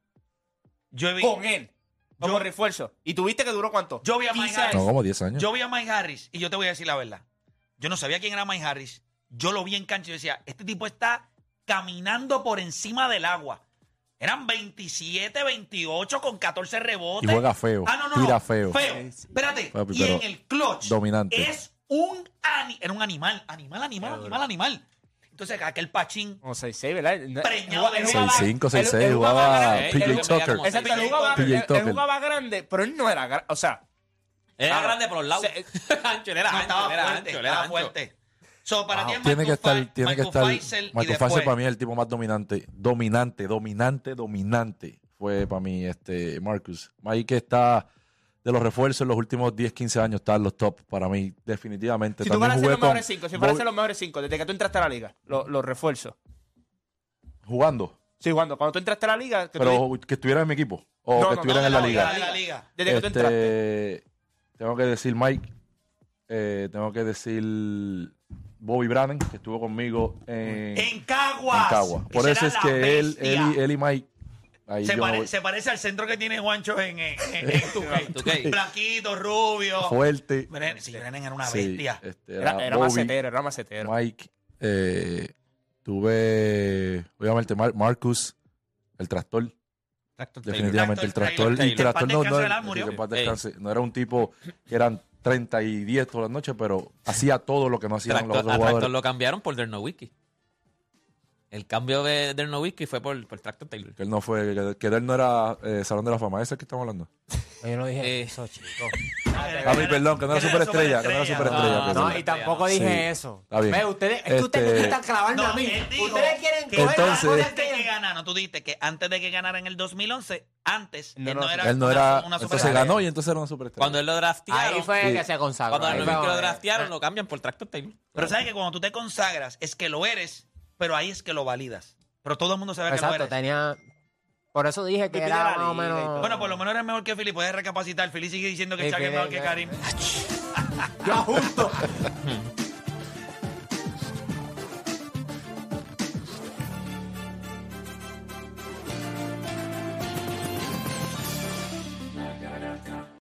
[SPEAKER 2] yo, vi,
[SPEAKER 6] con él como
[SPEAKER 2] Yo-
[SPEAKER 6] refuerzo. Y tuviste que duró cuánto?
[SPEAKER 2] Yo vi a
[SPEAKER 6] 15
[SPEAKER 2] Mike Harris.
[SPEAKER 8] No, como 10 años.
[SPEAKER 2] yo vi a Mike Harris. Y yo te voy a decir la verdad. Yo no sabía quién era Mike Harris. Yo lo vi en cancha y yo decía, este tipo está caminando por encima del agua. Eran 27, 28 con 14 rebotes.
[SPEAKER 8] Y juega feo,
[SPEAKER 2] Ah, no, no, no.
[SPEAKER 8] tira feo.
[SPEAKER 2] Espérate.
[SPEAKER 8] Papi,
[SPEAKER 2] y en
[SPEAKER 8] pero
[SPEAKER 2] el clutch.
[SPEAKER 8] dominante.
[SPEAKER 2] Es un, ani- era un animal. Animal, animal, animal, animal. Entonces aquel pachín.
[SPEAKER 6] O 6-6, ¿verdad? No-
[SPEAKER 2] Preñado de
[SPEAKER 6] él jugaba-
[SPEAKER 8] 6-5,
[SPEAKER 6] él- él
[SPEAKER 8] 6-6,
[SPEAKER 6] jugaba-
[SPEAKER 8] jugaba
[SPEAKER 6] él-
[SPEAKER 8] PJ
[SPEAKER 6] él-
[SPEAKER 8] Tucker.
[SPEAKER 3] como-
[SPEAKER 6] Exacto, él jugaba,
[SPEAKER 8] PJ
[SPEAKER 6] él- él
[SPEAKER 8] Tucker.
[SPEAKER 6] jugaba grande, pero él no era grande. O sea,
[SPEAKER 3] Era
[SPEAKER 6] Ah,
[SPEAKER 3] grande por los lados. ancho, él era
[SPEAKER 2] No,
[SPEAKER 3] ancho,
[SPEAKER 2] estaba
[SPEAKER 3] él era
[SPEAKER 2] fuerte,
[SPEAKER 3] ancho, él era
[SPEAKER 2] estaba
[SPEAKER 3] ancho.
[SPEAKER 2] fuerte. So, para ti es
[SPEAKER 8] Tiene que
[SPEAKER 2] Marcus Fa-
[SPEAKER 8] estar, tiene que
[SPEAKER 2] Marcus
[SPEAKER 8] estar.
[SPEAKER 2] Faisel y
[SPEAKER 8] Michael Faisel
[SPEAKER 2] después-
[SPEAKER 8] para mí es el tipo más dominante. Dominante, dominante, dominante. Fue para mí este Marcus. Ahí que está de los refuerzos en los últimos 10, 15 años, está en los top para mí, definitivamente.
[SPEAKER 6] si tú
[SPEAKER 8] También
[SPEAKER 6] fueras a ser
[SPEAKER 8] jugué
[SPEAKER 6] los
[SPEAKER 8] con
[SPEAKER 6] mejores 5, si fueras a
[SPEAKER 8] Bobby-
[SPEAKER 6] ser los mejores 5, desde que tú entraste a la liga, lo- los refuerzos.
[SPEAKER 8] jugando,
[SPEAKER 6] Sí, cuando, cuando tú entraste a la liga, que tú
[SPEAKER 8] pero que estuviera en mi equipo o
[SPEAKER 6] No,
[SPEAKER 8] que
[SPEAKER 6] no,
[SPEAKER 8] estuviera
[SPEAKER 6] no,
[SPEAKER 8] en
[SPEAKER 6] no,
[SPEAKER 8] la
[SPEAKER 6] no,
[SPEAKER 8] liga.
[SPEAKER 2] de la liga.
[SPEAKER 6] Desde que tú
[SPEAKER 8] Este,
[SPEAKER 6] entraste.
[SPEAKER 8] Tengo que decir Mike, eh, tengo que decir Bobby Brannan, que estuvo conmigo en,
[SPEAKER 2] En Caguas.
[SPEAKER 8] en Cagua. Por
[SPEAKER 2] Esa
[SPEAKER 8] eso
[SPEAKER 2] era
[SPEAKER 8] es
[SPEAKER 2] la
[SPEAKER 8] que él, él,
[SPEAKER 2] bestia.
[SPEAKER 8] y, él y Mike. Ahí
[SPEAKER 2] se,
[SPEAKER 8] yo no
[SPEAKER 2] pare-
[SPEAKER 8] voy.
[SPEAKER 2] se parece al centro que tiene Juancho en, en, en- en
[SPEAKER 8] [laughs]
[SPEAKER 2] 2K.
[SPEAKER 3] 2K.
[SPEAKER 2] Blanquito, rubio.
[SPEAKER 8] fuerte.
[SPEAKER 2] Brennan, sí, Brennan era una
[SPEAKER 8] Sí,
[SPEAKER 2] bestia.
[SPEAKER 8] este, era
[SPEAKER 6] Era, era
[SPEAKER 8] Bobby,
[SPEAKER 6] macetero, era macetero.
[SPEAKER 8] Mike. eh, tuve, obviamente, Mar- Marcus, el tractor. Definitivamente el tractor. Y el
[SPEAKER 2] Taylor.
[SPEAKER 8] tractor
[SPEAKER 2] Que en
[SPEAKER 8] no,
[SPEAKER 2] paz descanse,
[SPEAKER 8] no-
[SPEAKER 2] ¿verdad?
[SPEAKER 8] sí,
[SPEAKER 2] Murió.
[SPEAKER 8] que en paz descanse. No era un tipo que eran 30 y 10 todas las noches, pero hacía todo lo que no hacían los
[SPEAKER 3] Tractor-
[SPEAKER 2] ah,
[SPEAKER 8] otros
[SPEAKER 3] a Tractor
[SPEAKER 8] jugadores.
[SPEAKER 3] lo cambiaron por Dernowicky. El cambio de Dernowicky fue por, por Tractor Taylor.
[SPEAKER 8] Que él no fue, que- que él no era eh, Salón de la Fama, ese es el que estamos hablando.
[SPEAKER 5] Yo no dije
[SPEAKER 3] Eh.
[SPEAKER 5] eso, chico.
[SPEAKER 8] A mí, perdón, que no era superestrella, que no era superestrella.
[SPEAKER 5] No,
[SPEAKER 8] perdón.
[SPEAKER 5] Ah, no, y tampoco
[SPEAKER 8] Sí,
[SPEAKER 5] dije eso.
[SPEAKER 8] está bien.
[SPEAKER 5] Ve, ustedes, es que ustedes
[SPEAKER 8] Este-
[SPEAKER 5] me están clavando a
[SPEAKER 2] Ah, No,
[SPEAKER 5] mí.
[SPEAKER 2] él dijo
[SPEAKER 5] Ustedes quieren
[SPEAKER 2] que
[SPEAKER 5] coger las
[SPEAKER 8] Entonces-
[SPEAKER 5] cosas
[SPEAKER 2] antes de que
[SPEAKER 5] que-
[SPEAKER 2] ganara, no, tú dijiste que antes de que ganara en el 2011, antes,
[SPEAKER 6] No,
[SPEAKER 2] él
[SPEAKER 6] no,
[SPEAKER 2] no era
[SPEAKER 8] Él no
[SPEAKER 2] una-
[SPEAKER 8] era,
[SPEAKER 2] una
[SPEAKER 8] entonces
[SPEAKER 2] superestrella.
[SPEAKER 8] ganó y entonces era una superestrella.
[SPEAKER 3] Cuando él lo draftearon,
[SPEAKER 5] Ahí fue
[SPEAKER 8] Sí.
[SPEAKER 5] que se consagró.
[SPEAKER 3] cuando
[SPEAKER 5] ahí
[SPEAKER 3] el
[SPEAKER 5] fue
[SPEAKER 3] que lo
[SPEAKER 5] donde-
[SPEAKER 3] draftearon, lo cambian por Tractor Taylor.
[SPEAKER 2] Pero sabes que cuando tú te consagras, es que lo eres, pero ahí es que lo validas. Pero todo el mundo sabe que lo
[SPEAKER 5] Exacto,
[SPEAKER 2] eres.
[SPEAKER 5] tenía... Por eso dije que
[SPEAKER 6] Vivir
[SPEAKER 5] era
[SPEAKER 6] la
[SPEAKER 5] más o
[SPEAKER 6] liga y todo.
[SPEAKER 5] menos...
[SPEAKER 2] Bueno, por lo menos eres mejor que Philly, puedes recapacitar. Philly sigue diciendo que
[SPEAKER 5] Sí,
[SPEAKER 2] Chuck es
[SPEAKER 5] Philly,
[SPEAKER 2] mejor que
[SPEAKER 5] ya.
[SPEAKER 2] Karim.
[SPEAKER 5] Yo ajusto.